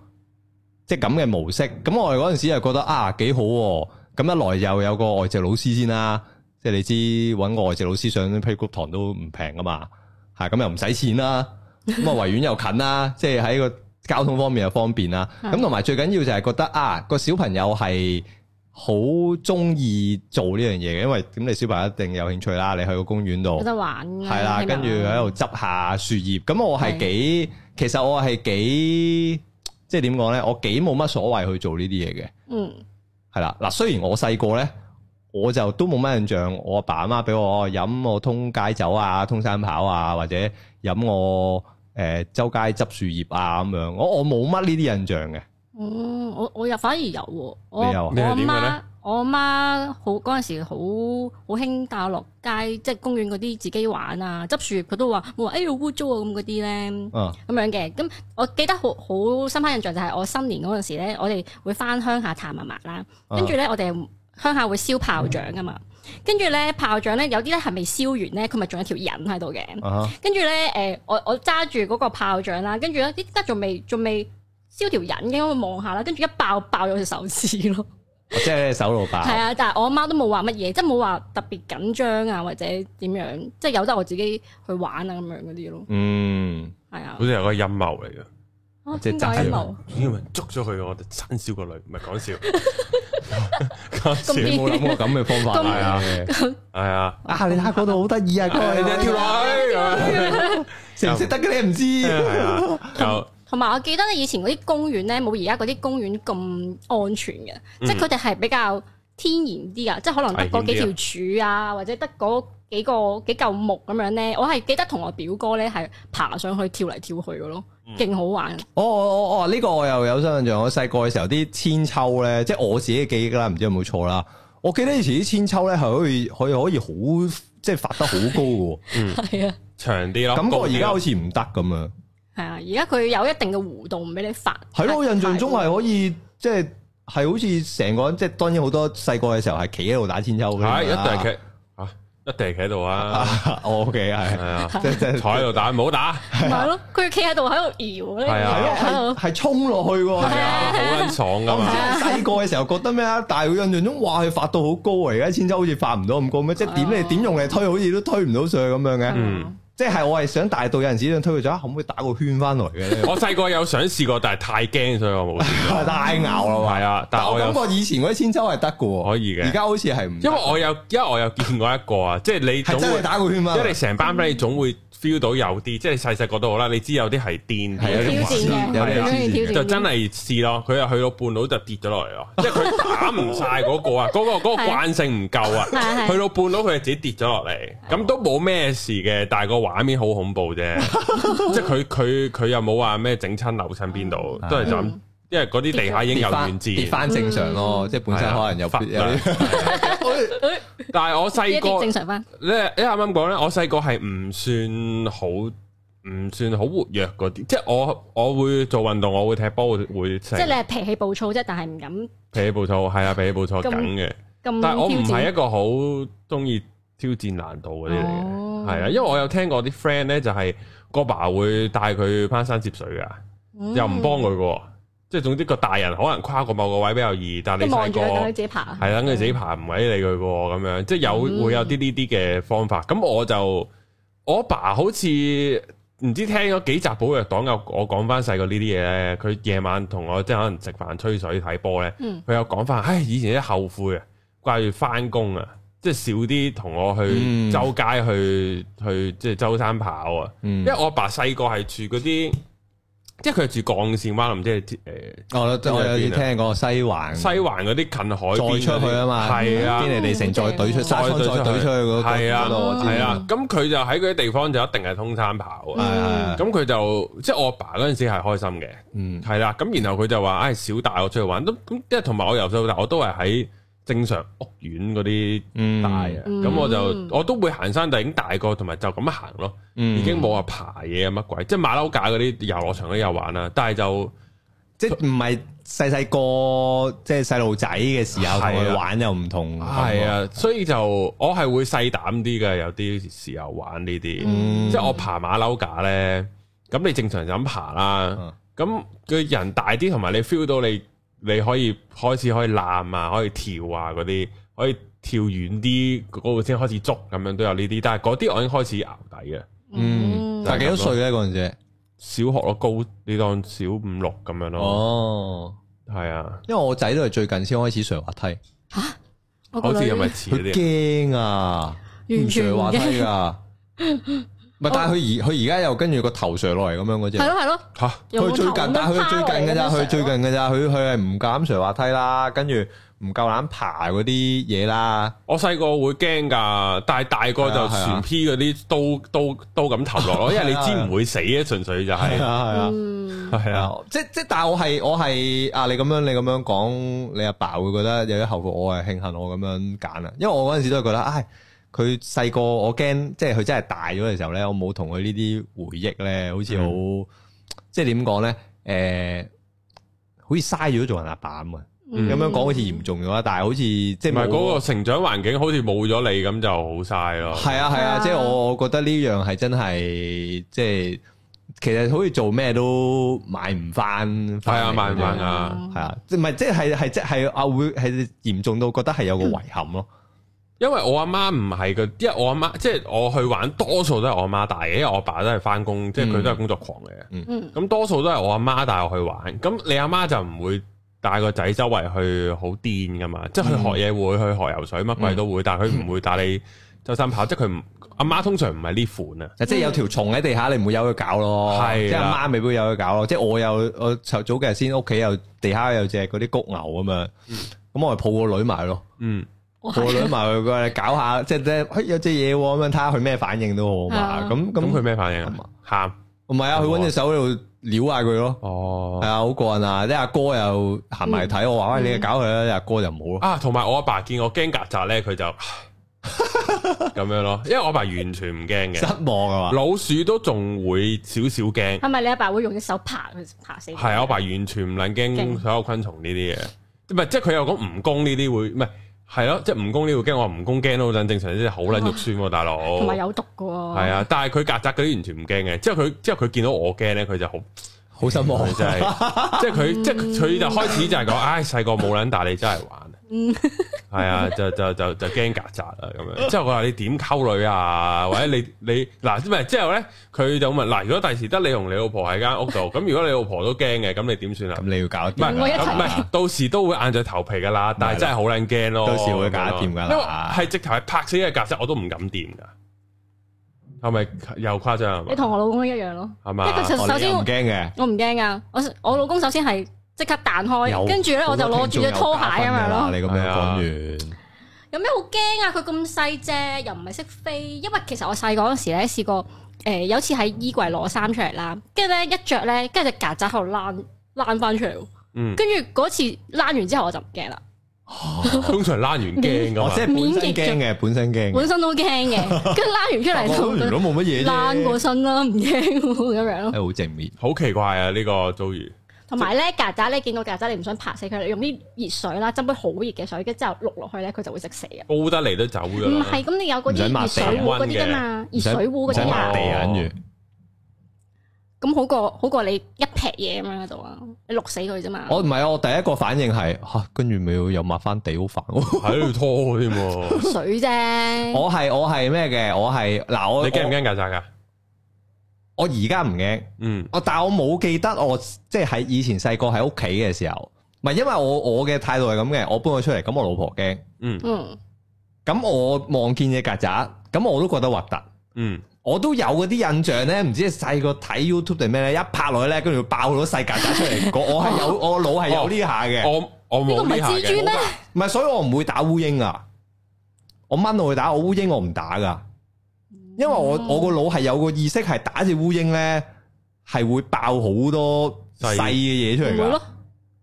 C: 即係咁嘅模式。咁我哋嗰陣時就覺得啊幾好喎、咁一來又有個外籍老師先啦，即係你知揾個外籍老師上 playgroup 堂都唔平噶嘛，嚇咁又唔使錢啦，咁啊維園又近啦，即係喺個交通方面又方便啦。
B: 係
C: 咁同埋最緊要就係覺得啊個小朋友係。好中意做呢樣嘢嘅，因為咁你小朋友一定有興趣啦。你去個公園度
B: 有，得玩㗎
C: 係啦，
B: 起碼
C: 跟住喺度執下樹葉。咁我係
B: 啊係
C: 幾，其實我係幾，即係點講咧？我幾冇乜所謂去做呢啲嘢嘅，
B: 嗯
C: 係啦。嗱，雖然我細個咧，我就都冇乜印象，我阿爸阿媽俾我哦飲我通街酒啊、通山跑啊，或者飲我誒、呃周街執樹葉啊咁樣，我我冇乜呢啲印象嘅。
B: 哦，我我又反而有喎，我
C: 你有啊
B: 我
A: 你係
B: 阿
A: 點嘅
B: 媽
A: 咧
B: 我阿媽好嗰陣時好好興帶我落街，即係公園嗰啲自己玩啊，執樹葉佢都話冇話哎呀污糟啊咁嗰啲咧
C: 嗯，
B: 咁樣嘅。咁我記得好好深刻印象就係我新年嗰陣時咧，我哋會翻鄉下探嫲嫲啦，
C: 啊
B: 跟住咧我哋鄉下會燒炮仗噶嘛，跟住咧炮仗咧有啲咧係未燒完咧，佢咪仲有條引喺度嘅。
C: 啊哈
B: 跟住咧，誒、我我揸住嗰個炮仗啦，跟住咧，依家仲未仲未燒條引嘅，我望下啦，跟住一爆爆咗隻手指咯，
C: 即係手老爆，
B: 係啊，但係我阿媽都冇話乜嘢，即係冇話特別緊張啊，或者點樣，即係由得我自己去玩啊咁樣嗰啲咯，
C: 嗯，
B: 係啊
A: 好，似有個陰謀嚟嘅。
B: 啊
C: 即係
B: 點解
C: 揸
B: 一路
A: 因為捉咗佢，我哋生少個女，唔係講 笑， 講笑
B: 咁
A: 係
C: 你
B: 癲
C: 冇諗過咁嘅方法
B: 咁
C: 啊？
A: 啊，
C: 啊，你睇下嗰度好得意啊，嗰
A: 哦你跳
C: 個
A: 落去，
C: 識唔識得嘅咧唔知，
A: 係啊，又
B: 同埋我記得咧，以前嗰啲公園咧冇而家嗰啲公園咁安全嘅，即係佢哋係比較天然啲啊，即係可能得嗰
A: 嗯危險
B: 幾條柱啊，或者得嗰幾個幾嚿木咁樣咧。我係記得同我表哥咧係爬上去跳嚟跳去嘅咯，
A: 嗯
B: 勁好 玩。
C: 哦哦哦，呢個我又有新印象。我細個嘅時候啲千秋咧，即係我自己嘅記憶啦，唔知有冇錯啦。我記得以前啲千秋咧係可以，可以可以好即係發得好高嘅喎，
B: 係啊，
A: 長啲咯。
C: 感覺
A: 高啲
C: 而家好
A: 咯
C: 似唔得咁樣。
B: 係啊，而家佢有一定嘅弧度唔俾你發。
C: 係咯，我印象中係可以即係係好似成個人，即係當然好多細個嘅時候係企喺度打千秋嘅嘛。
A: 係一定係企啊，一定係企喺度啊，
C: 啊我 OK
A: 係
C: 係
A: 啊，
C: 即係即係
A: 坐喺度打唔好打，
B: 咪咯，佢企喺度喺度搖咧，
A: 係啊
C: 係咯，
B: 喺
C: 係
B: 度
C: 係衝落去喎。
A: 係
C: 係啊
A: 啊，好撚爽噶
C: 我唔
A: 嘛，
C: 知係細個嘅時候覺得咩啊，但係我印象中哇，佢發到好高啊！而家千秋好似發唔到咁高咩？即係
A: 啊
C: 點你點用嚟推，好似都推唔到上去咁樣嘅。
A: 嗯
C: 即係我係想大到有陣時想推佢咗，啊可唔可以打個圈翻嚟嘅咧？
A: 我細個有想試過，但係太驚，所以我冇試過。
C: 太咬啦嘛！
A: 係啊，但
C: 但
A: 係
C: 我
A: 我
C: 感
A: 有，
C: 覺以前嗰啲千秋係得嘅喎，
A: 可以嘅
C: 而家好似係唔得，
A: 因為我有，因為我有見過一個啊，即係你
C: 係
A: 總
C: 真
A: 會
C: 係。打個圈翻
A: 即係
C: 嚟
A: 你。成班 friend 你總會 feel 到有啲，即係你細細個都好啦，你知有啲係癲
C: 係有
A: 嘅，
C: 啲
B: 挑戰嘅，
A: 有啲
B: 佢中意
C: 有啲
A: 就
B: 挑戰
A: 真
B: 嘅。
A: 係試咯。佢又去到半路就跌咗落嚟 咯，即係佢打唔晒嗰個啊，嗰個嗰個
B: 係啊
A: 慣性唔夠啊
B: 係啊係啊，啊
A: 去到半路佢就自己跌咗落嚟，咁都冇咩事嘅，但係個畫面好恐怖 啫，即係佢佢佢又冇話咩整親扭親邊度，都係就咁
B: 嗯，
A: 因為嗰啲地下已經有軟字，
C: 跌翻正常咯，即係本身可能有
A: 啊發
C: 有啲
A: 但係我
B: 一
A: 細
B: 啲
A: 個
B: 正。常翻，
A: 咧，你啱啱講咧，我細個係唔算好，唔算好活躍嗰啲，即係我我會做運動，我會踢波，會
B: 即
A: 成
B: 係你係脾氣暴躁啫，但係唔敢
A: 脾氣暴躁，係啊，脾氣暴躁
B: 咁
A: 梗嘅。
B: 咁
A: 但係我唔
B: 嗯挑戰
A: 係一啊個好中意挑戰難度嗰啲嚟嘅，
B: 哦
A: 係啊、因為我有聽過啲 friend 咧，就係個爸會帶佢攀山涉水噶，
B: 嗯
A: 又唔幫佢嘅，即係總之個大人可能跨過某個位比較易，但係
B: 即
A: 你
B: 係望
A: 細
B: 住佢等佢自
A: 個。
B: 己爬。
A: 係啦，啊佢自己爬唔鬼理佢喎，咁樣即係有會有啲呢啲嘅方法。咁我就我阿爸好似唔知聽咗幾集寶藥黨有我講翻細個呢啲嘢咧，佢夜晚同我即係可能食飯吹水睇波咧，
B: 嗯
A: 佢有講翻，唉，以前啲後悔啊，掛住翻工啊，即係少啲同我去
C: 嗯
A: 周街去、去即係周山跑啊，
C: 嗯
A: 因為我阿爸細個係住嗰啲，即係佢係住鋼線灣，唔知係
C: 嗯
A: 誒
C: 我我有次聽過西環，
A: 西環嗰啲近海
C: 再
A: 邊嗰啲
C: 出去啊嘛，
A: 係啊。
C: 堅尼地城再懟出沙灘，再懟出去嗰個
A: 係啊
C: 嗰度我知嗯
A: 係啦，咁佢就喺嗰啲地方就一定係通餐跑啊。
C: 係係
A: 咁佢就即係我阿爸嗰陣時係開心嘅，
C: 嗯
A: 係啦。咁然後佢就話：，唉，小大我出去玩。咁咁即係同埋我由細到大我都係喺正常屋苑嗰啲
C: 嗯
A: 大啊嘅，
B: 嗯
A: 咁我就我都會行山，但係已經大個，同埋就咁行咯，
C: 嗯
A: 已經冇話爬嘢啊乜鬼。即係馬騮架嗰啲遊樂場嗰啲有玩啦，但係就
C: 即係唔係細細個即係細路仔嘅時候同
A: 係啊
C: 佢玩又唔同，
A: 係，啊，所以就我係會細膽啲嘅，有啲時候玩呢啲。
C: 嗯
A: 即係我爬馬騮架咧，咁你正常就咁爬啦
C: 嗯。
A: 咁佢人大啲，同埋你 feel 到你你可以開始可以攬啊，可以跳啊嗰啲，可以跳遠啲嗰度先開始捉咁樣都有呢啲。但係嗰啲我已經開始淆底嘅，
C: 嗯，但係幾多歲咧嗰陣時？
A: 小學咯，高你當小五六咁樣咯，
C: 哦，
A: 係啊，
C: 因為我仔都係最近先開始上滑梯，
B: 我個
A: 好似
B: 女
A: 又咪似
C: 佢
A: 啲。
C: 驚啊，
B: 完
C: 唔
B: 全
C: 上
B: 唔
C: 滑
B: 驚哦
C: 梯噶。唔係，但係佢而佢而家又跟住個頭上落嚟咁樣嗰只
B: 係，咯係咯，
A: 吓，
B: 有
C: 佢
B: 冇
C: 最
B: 頭
C: 近，
B: 咁
C: 但係
B: 樣
C: 佢最
B: 拋
C: 近
B: 嚟
C: 嘅咋，
B: 咁樣
C: 佢最
B: 上
C: 近嘅咋，佢佢係唔敢上滑梯啦，跟住唔唔夠膽爬嗰啲嘢啦。
A: 我細個會驚㗎，但係大個
C: 係
A: 就
C: 啊係啊
A: 全 P 嗰啲刀刀刀咁投 落咯，因為你知唔會死嘅，純粹就係
C: 係啊係啊。
B: 嗯，
A: 係
C: 係
A: 啊。
C: 啊，即即但係我係我係啊！你咁樣你咁樣講，你阿爸會覺得有啲後悔，我係慶幸我咁樣揀啊！因為我嗰陣時都係覺得，唉，佢細個我驚，即係佢真係大咗嘅時候咧，我冇同佢呢啲回憶咧，好似好、
A: 嗯
C: 即係點講咧？誒、好似嘥咗做人阿爸咁啊！
A: 嗯
C: 咁樣講好似嚴重咗啦，但係好似即係
A: 唔係
C: 冇
A: 嗰個成長環境好似冇咗你咁就好晒咯。
C: 係啊係
B: 係啊
C: 啊，即係我我覺得呢樣係真係即係其實好似做咩都買唔翻，
A: 係啊，
C: 買
A: 慢慢啊，
C: 係啊，即係唔係即係係即係啊會係嚴重到覺得係有個遺憾咯，
A: 因為我阿媽唔係個，因為我阿媽即係我去玩，多數都係我阿媽帶嘅，因為我阿爸都係翻工，即係佢都係工作狂嚟嘅。
B: 嗯，
A: 咁多數都係我阿媽帶我去玩，咁你阿媽就唔會帶個仔周圍去好癲噶嘛，即係去
C: 嗯
A: 學嘢會，去學游水乜鬼都會，但係佢唔會帶你周身跑，即係佢唔阿媽通常唔係呢款啊。
C: 即係有條蟲喺地下，你唔會由佢搞咯，
A: 係啦
C: 即係阿媽未必會由佢搞咯，即係我有我早早幾日先屋企有地下有隻嗰啲谷牛咁樣，咁我係抱個女埋咯，
A: 嗯，
B: 我
C: 抱個
B: 係
C: 女埋佢過嚟搞下， 即係咧哎有隻嘢喎咁樣，睇下佢咩反應都好嘛，
B: 啊
C: 咁
A: 咁
C: 咁
A: 佢咩反應啊？喊
C: 唔係啊，佢揾隻手喺度撩下佢咯。
A: 哦
C: 係啊，好過癮啊！啲阿哥又行埋睇，我話喂，你搞佢啦，啲阿哥就唔好咯。
A: 啊，同埋我阿爸見我驚曱甴咧，佢就 咁樣咯，因為我阿爸完全唔驚
C: 失
A: 嘅，
C: 望啊嘛，
A: 老鼠都仲會少少驚。
B: 係咪你阿爸會用隻手爬佢爬死佢？
A: 係啊，我爸完全唔撚驚
B: 驚
A: 所有昆蟲呢啲嘢，唔係即係佢又講蜈蚣呢啲會，唔係係咯，即係蜈蚣呢會驚，我話蜈蚣驚都好撚正常，即係好撚肉酸喎，大佬。
B: 同埋有毒嘅喎。
A: 係，啊，但係佢曱甴嗰啲完全唔驚嘅，之後佢之後佢見到我驚咧，佢就好，
C: 好 失望
A: 佢。真係， 即係佢即係佢就開始就係講，唉細個冇撚大你真係玩啊，係啊，就就就就驚曱甴啊咁樣。之後佢話你點溝女啊，或者你你嗱，唔係之後咧，佢就問嗱，如果第時得你同你老婆喺間屋度，咁如果你老婆都驚嘅，咁你點算啊
C: 咁？你要搞
A: 唔
C: 掂
A: 係
C: 㗎，
B: 我一齊
A: 唔係，到時都會硬着頭皮噶啦，但係真係好撚驚咯。
C: 到時會搞掂㗎啦
A: 因為係直頭係拍死嘅曱甴，我都唔敢掂㗎。係咪又誇張
B: 你
A: 啊？
B: 同我老公一樣咯。
A: 係
B: 即
A: 嘛
B: 係？佢首
C: 我
B: 首
C: 哋哦又
B: 先
C: 唔驚嘅。
B: 我唔驚噶，我我老公首先係即刻彈
C: 有
B: 開，跟住咧我就攞住隻拖鞋啊咁樣咯。
C: 好多聽眾有教訓㗎啦你咁樣講完，
B: 有咩好驚啊？佢咁細隻，又唔係識飛。因為其實我細個嗰時咧試過，誒、有次喺衣櫃攞衫出嚟啦，跟住咧一着咧，跟住只曱甴喺度躝躝翻出嚟喎。
A: 嗯，
B: 跟住嗰次躝完之後我就唔驚啦，
A: 通常拉完驚㗎
C: 我
A: 嘛
C: 哦即。係本身驚嘅，本身驚嘅。
B: 本身都驚嘅，跟住躝完出嚟
C: 我哦原
B: 就
C: 來冇乜嘢
B: 躝過
C: 啫，哎
B: 身啦，唔驚喎咁樣咯。
C: 係好正面。
A: 好奇怪啊！呢個遭遇，
B: 同埋咧曱甴，你見到曱甴，你唔想拍死佢，你用啲熱水啦，斟杯好熱嘅水，跟住之後淥落去咧，佢就會食死嘅。
A: 高得嚟都走㗎
B: 唔
A: 啦。
B: 係，咁你有嗰
C: 唔使
B: 啲
C: 抹
B: 熱水壺嗰啲㗎嘛，熱水壺嗰
C: 唔使
B: 啲
C: 抹
B: 啊
C: 地，啊，跟住
B: 咁好過好過你一劈嘢咁樣喺度啊，你淥死佢啫嘛。
C: 我唔係啊，我第一個反應係吓，跟住咪要又抹翻地，好煩 喎。
A: 喺度拖添喎。
B: 水啫，嗯
C: 我係我係咩嘅？我係嗱，我
A: 你驚唔驚曱甴㗎？
C: 我我而家唔驚。
A: 嗯，
C: 我但我冇記得我即係喺以前細個喺屋企嘅時候，唔係因為我我嘅態度係咁嘅，我搬咗出嚟，咁我老婆驚，
B: 嗯，
C: 咁我望見隻曱甴，咁我都覺得核突，
A: 嗯，
C: 我都有嗰啲印象咧，唔知係細個睇 YouTube 定咩咧，一拍落去咧，跟住爆好多細曱甴出 嚟，我我係
B: 哦
C: 有我腦係有呢下嘅，
A: 我嗯我
B: 呢
A: 冇
B: 個唔
A: 呢
B: 係
A: 下
B: 蜘蛛咩
A: 嘅，？
C: 唔係所以我唔會打烏蠅啊，我掹我去打，我烏蠅我唔打噶，因為我
B: 哦嗯
C: 我個腦係有個意識係打隻烏蠅咧係會爆好多細嘅嘢出嚟
B: 唔會
C: 㗎。
B: 咯，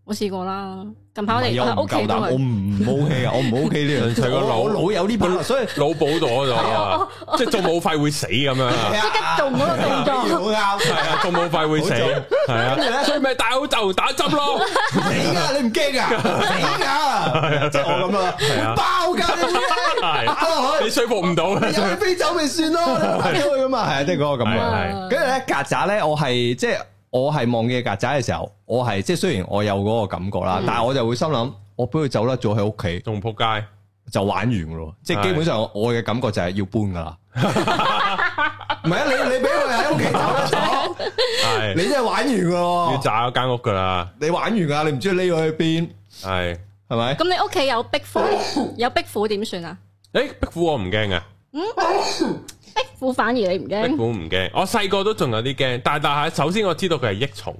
B: 我試過啦。近排我哋
C: 唔係我
B: 喺
C: 唔
B: 屋企
C: 夠
B: 都
C: 膽，我
B: 係。
C: 唔唔 OK 啊，我唔 OK 呢樣
A: 純粹個腦
C: 我我腦有呢把，所以
A: 腦補到咗
B: 哦
A: 啊！即係做冇肺會死咁樣啊！
B: 即 刻做唔到個動
C: 好
B: 作，
A: 係
C: 拗
A: 啊，做冇肺會死，係啊，所以咪戴口罩打針咯。
C: 死噶，你唔驚 噶，死噶，即係我咁啊，會爆噶，你會 打落
A: 你
C: 去，
A: 說服唔到
C: 有佢飛走咪算咯，你打咗佢咁啊，係啊，即係嗰個咁
A: 係
C: 啊。
A: 係
C: 跟住咧，曱甴咧，我係即係我係望見曱甴嘅時候，我係即係雖然我有嗰個感覺啦，但係我就會心諗，我俾佢走甩咗喺屋企
A: 仲仆街，
C: 就玩完噶咯，即係基本上我嘅感覺就係要搬噶 啦。唔係啊，你你俾佢喺屋企走甩咗。
A: 係
C: 你真係玩完噶
A: 要
C: 咯，
A: 炸咗間屋噶啦，
C: 你玩完噶，你唔知匿咗去邊，
A: 係。
C: 係咪？
B: 咁你屋企有壁虎，有壁虎點算啊？
A: 誒，壁虎我唔驚嘅，
B: 壁虎反而你唔
A: 壁
B: 驚，
A: 虎唔驚。我細個都仲有啲驚，但係但係首先我知道佢係益蟲，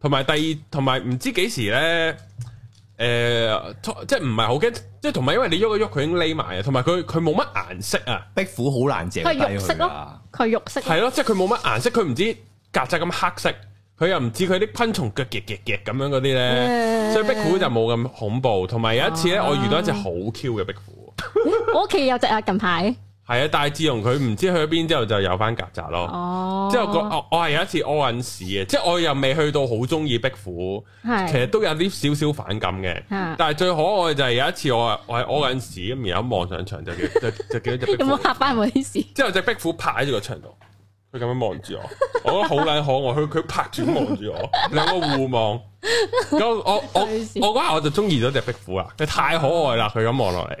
A: 同埋第二同埋唔知幾時咧，誒、诶、呃即系唔係好驚，即系同埋因為你喐一喐佢已經匿埋啊，同埋佢佢冇乜顏色啊，
C: 壁虎好難嚼低
B: 佢係肉色
C: 佢
B: 咯
C: 噶，，
B: 佢肉色，
A: 係咯，即系佢冇乜顏色，佢唔知曱甴咁黑色，佢又唔知佢啲昆蟲腳夾夾夾咁樣嗰啲咧，
B: 誒
A: 所以壁虎就冇咁恐怖。同埋有一次咧，
B: 啊
A: 我遇到一隻好 Q 嘅壁虎，
B: 我屋企有隻啊，近排
A: 係啊，但係自從佢唔知去咗邊之後，就有翻曱甴咯。
B: 哦，
A: 之後個我我係有一次屙緊屎嘅，即係我又未去到好中意壁虎，其
B: 係
A: 實都有啲少少反感嘅。
B: 啊，
A: 但係最可愛就係有一次我我係屙緊屎咁，然後一望上牆就叫就就叫咗只壁
B: 有
A: 虎
B: 冇，嚇翻我啲事？
A: 之後只壁虎拍喺咗個牆度，佢咁樣望住我，我覺得好撚可愛，佢佢拍住望住我，兩個互望。咁我我我我嗰下我就中意咗只壁虎啦，佢太可愛啦，佢咁望落嚟，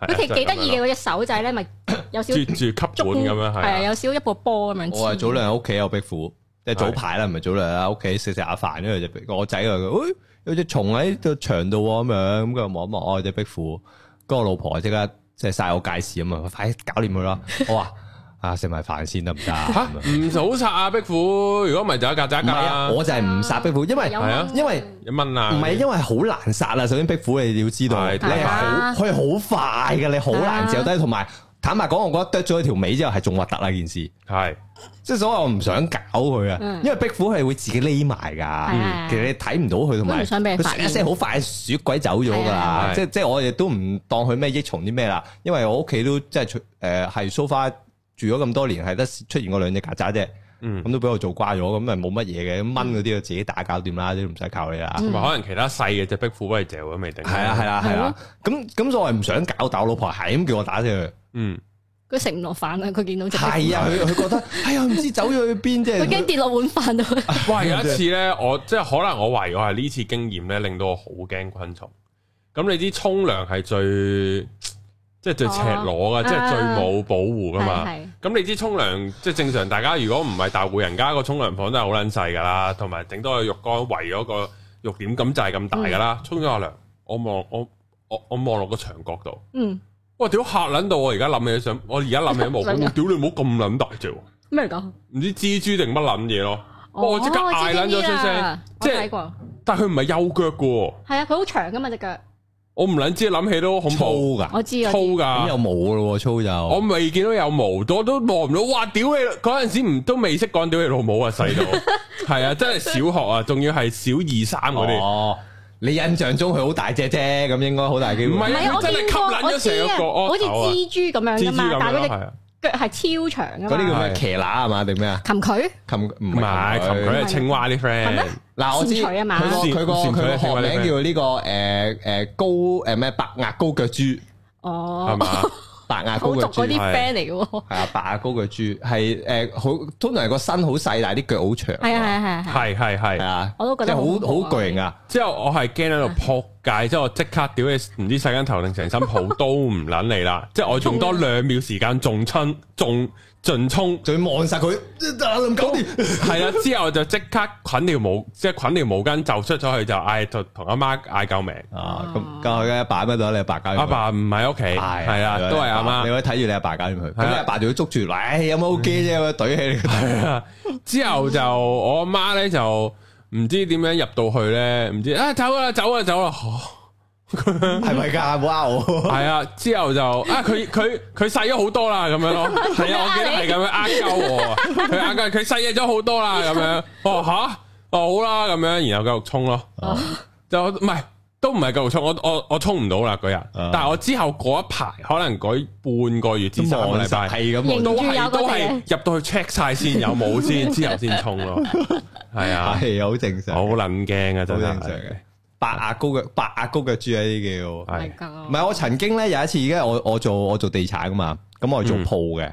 A: 係啊
B: 佢其實幾得意，嘅
A: 就係咁樣咯
B: 嗰隻手仔咧，咪有少
A: 啜住吸管
B: 竹
A: 咁樣
B: 係
A: 係
B: 啊，
A: 啊。
B: 有少一個波咁樣
C: 我係
B: 黐。
C: 早兩日屋企有壁虎，即係早排啦，唔係早兩日啦，屋企食食下飯，因為只壁我仔話佢，喂有隻蟲喺個牆度喎咁樣，咁佢望一望，哦只壁虎，跟住我老婆即刻即係晒我介事咁啊，快啲搞掂佢啦！
B: 嗯
C: 我話啊食埋飯先得唔得啊？
A: 吓
C: 咁樣
A: 唔好殺啊壁虎，如果唔係就有曱甴
C: 唔
A: 㗎
C: 係啊，
A: 啦。
C: 我就係唔殺壁虎，因為
B: 有
A: 係啊
B: 蚊
C: 因為
A: 一蚊啊，
C: 唔係因為好難殺啦。首先壁虎你要知道，
A: 係
C: 你係
B: 係
C: 好
B: 啊
C: 佢係好快嘅，你好難嚼低。同埋坦白講，我覺得剁咗佢條尾之後係仲核突啦件事。
A: 系
C: 即係所以我唔想搞佢啊，
B: 嗯
C: 因為壁虎係會自己匿埋㗎，
B: 嗯
C: 其實你睇唔到佢，同
B: 都
C: 埋
B: 唔想俾
C: 佢
B: 人發現啊
C: 一聲好快鼠鬼走咗㗎啦
A: 係。
C: 即係即係我亦都唔當佢咩益蟲啲咩啦，因為我屋企都即係除誒係 so far 住咗咁多年，係得出現過兩隻曱甴啫，
A: 嗯
C: 咁都俾我做瓜咗，咁咪冇乜嘢嘅，咁蚊嗰啲就自己打搞掂啦，都唔使靠你啦。
A: 同埋啊可能其他細嘅只壁虎幫你嚼都未定。
C: 嗯係啊係，啊係
B: 嗯係
C: 啊
B: 咯，
C: 咁咁所以我係唔想搞，但我老婆係咁叫我打死佢，
A: 嗯，
B: 佢食唔落飯啊！佢見到隻，
C: 係啊，佢佢覺得哎呀唔知走咗去邊啫，
B: 佢驚跌落碗飯度。
A: 哇！有一次咧，我 即係可能我懷疑我係呢次經驗咧，令到我好驚昆蟲。咁你啲沖涼係最即係最赤裸
B: 哦
A: 噶，即係最
B: 啊
A: 冇保護噶嘛。
B: 係
A: 咁你知沖涼即係正常，大家如果唔係大户人家個沖涼房都係好撚細噶啦，同埋頂多個浴缸圍咗個浴點咁就係咁大噶啦。沖咗下涼，我望我我我望落個牆角度。
B: 嗯，
A: 哇！屌嚇撚到我而家諗起想，我而家諗起毛
B: 想
A: 孔，屌你唔好咁撚大隻喎，
B: 咩嚟講？
A: 唔知蜘蛛定乜撚嘢咯。
B: 哦
A: 我即刻嗌撚咗出
B: 我知邊啲
A: 聲
B: 啦，
A: 即
B: 我睇
A: 係
B: 過，
A: 但係佢唔係右腳嘅喎，
B: 係啊，佢好長噶嘛只腳，
A: 我唔撚知諗起都恐怖，
C: 粗㗎。
B: 我知我知
A: 粗
C: 咁
A: 㗎。
C: 又冇咯喎，粗就
A: 我未見到有毛，我都望唔到。哇！屌你嗰陣時唔都未識講屌你老母啊，細佬係啊，真係小學啊，仲要係小二三嗰啲，
C: 哦，你印象中佢好大隻啫，咁應該好大機會。
A: 唔
B: 唔
A: 係啊，
B: 係啊，
A: 佢
B: 我
A: 真係
B: 見
A: 吸
B: 過，
A: 撚
B: 我
A: 咗
B: 知
A: 成
B: 啊，
A: 個
B: 好
A: 額
B: 似
A: 頭啊，
B: 蜘蛛咁樣
A: 蜘蛛
B: 噶嘛，
A: 咁
B: 但
A: 樣咯，
B: 係佢
A: 係啊，
B: 只腳係超長
C: 嗰
B: 噶
C: 啲叫
B: 嘛，
C: 咩
A: 係
C: 騎乸啊嘛，定咩啊？
B: 擒佢
C: 擒唔
A: 唔係
C: 係
A: 琴佢係青蛙啲
B: 係
A: friend
B: 咩。
C: 嗱，我知
B: 潛水啊嘛
C: 佢個佢個
A: 潛
C: 佢
A: 水
C: 個學
A: 潛水
C: 名叫呢個誒誒高誒咩白牙高腳豬，
A: 係
B: 哦，
A: 嘛？
C: 白牙
B: 好
C: 高
B: 毒
C: 腳
B: 嗰
C: 豬
B: 啲
A: 係
B: friend 嚟嘅喎，
C: 係啊，白牙高腳豬係誒好通常係個身好細，但係啲腳好長。
B: 係啊係啊係啊係啊，
A: 係係
C: 係
A: 係。
C: 啊，
B: 我都覺得
C: 即係好
B: 好
C: 好巨型啊！
A: 之後我係驚喺度扑街，之後我即刻屌你唔知洗緊頭定成身抱都唔撚你啦！即係我用多兩秒時間仲親仲盡衝。
C: 仲要望實佢， 啊咁搞掂。
A: 系啦，之後就即刻捆條毛，即係捆條毛巾就出咗去，就嗌就同阿媽嗌救命。
C: 啊，咁教佢嘅爸喺度，你阿爸搞掂佢
A: 阿爸唔喺屋企，
C: 係
A: 係啦，都係阿
C: 你
A: 媽。
C: 可以睇住你阿爸搞掂佢，
A: 係啊
C: 咁你阿爸就要捉住，唉，有冇機啫？咁樣懟起你個頭。
A: 之後就我阿媽咧就唔知點樣入到去咧，唔知啊走啦走啦走啦，嗯
C: 系咪噶？冇呃我。
A: 係啊。之後就啊佢佢佢細咗好多啦咁樣咯，係啊，我記得係咁樣呃鳩我，佢呃鳩佢細嘢咗好多啦咁樣。哦吓，哦好啦咁樣，然後繼續衝咯。
B: 哦
A: 就唔係都唔係夠衝，我我我衝唔到啦嗰日，但係我之後嗰一排可能嗰半個月至三個禮拜，
C: 系咁望
A: 都
C: 住，
B: 仲
A: 係
B: 有嗰隻
A: 都係入到去 check 晒先有冇先，之後先衝咯，係 啊，
C: 系好正常，
A: 好
C: 好
A: 撚驚啊真
C: 正常
A: 係
C: 嘅。白牙高嘅白牙高嘅豬喺呢叫。
A: 係，
B: 係
C: 唔係我曾經咧有一次，而家我我做我做地產噶嘛，咁我係做
A: 嗯
C: 鋪嘅。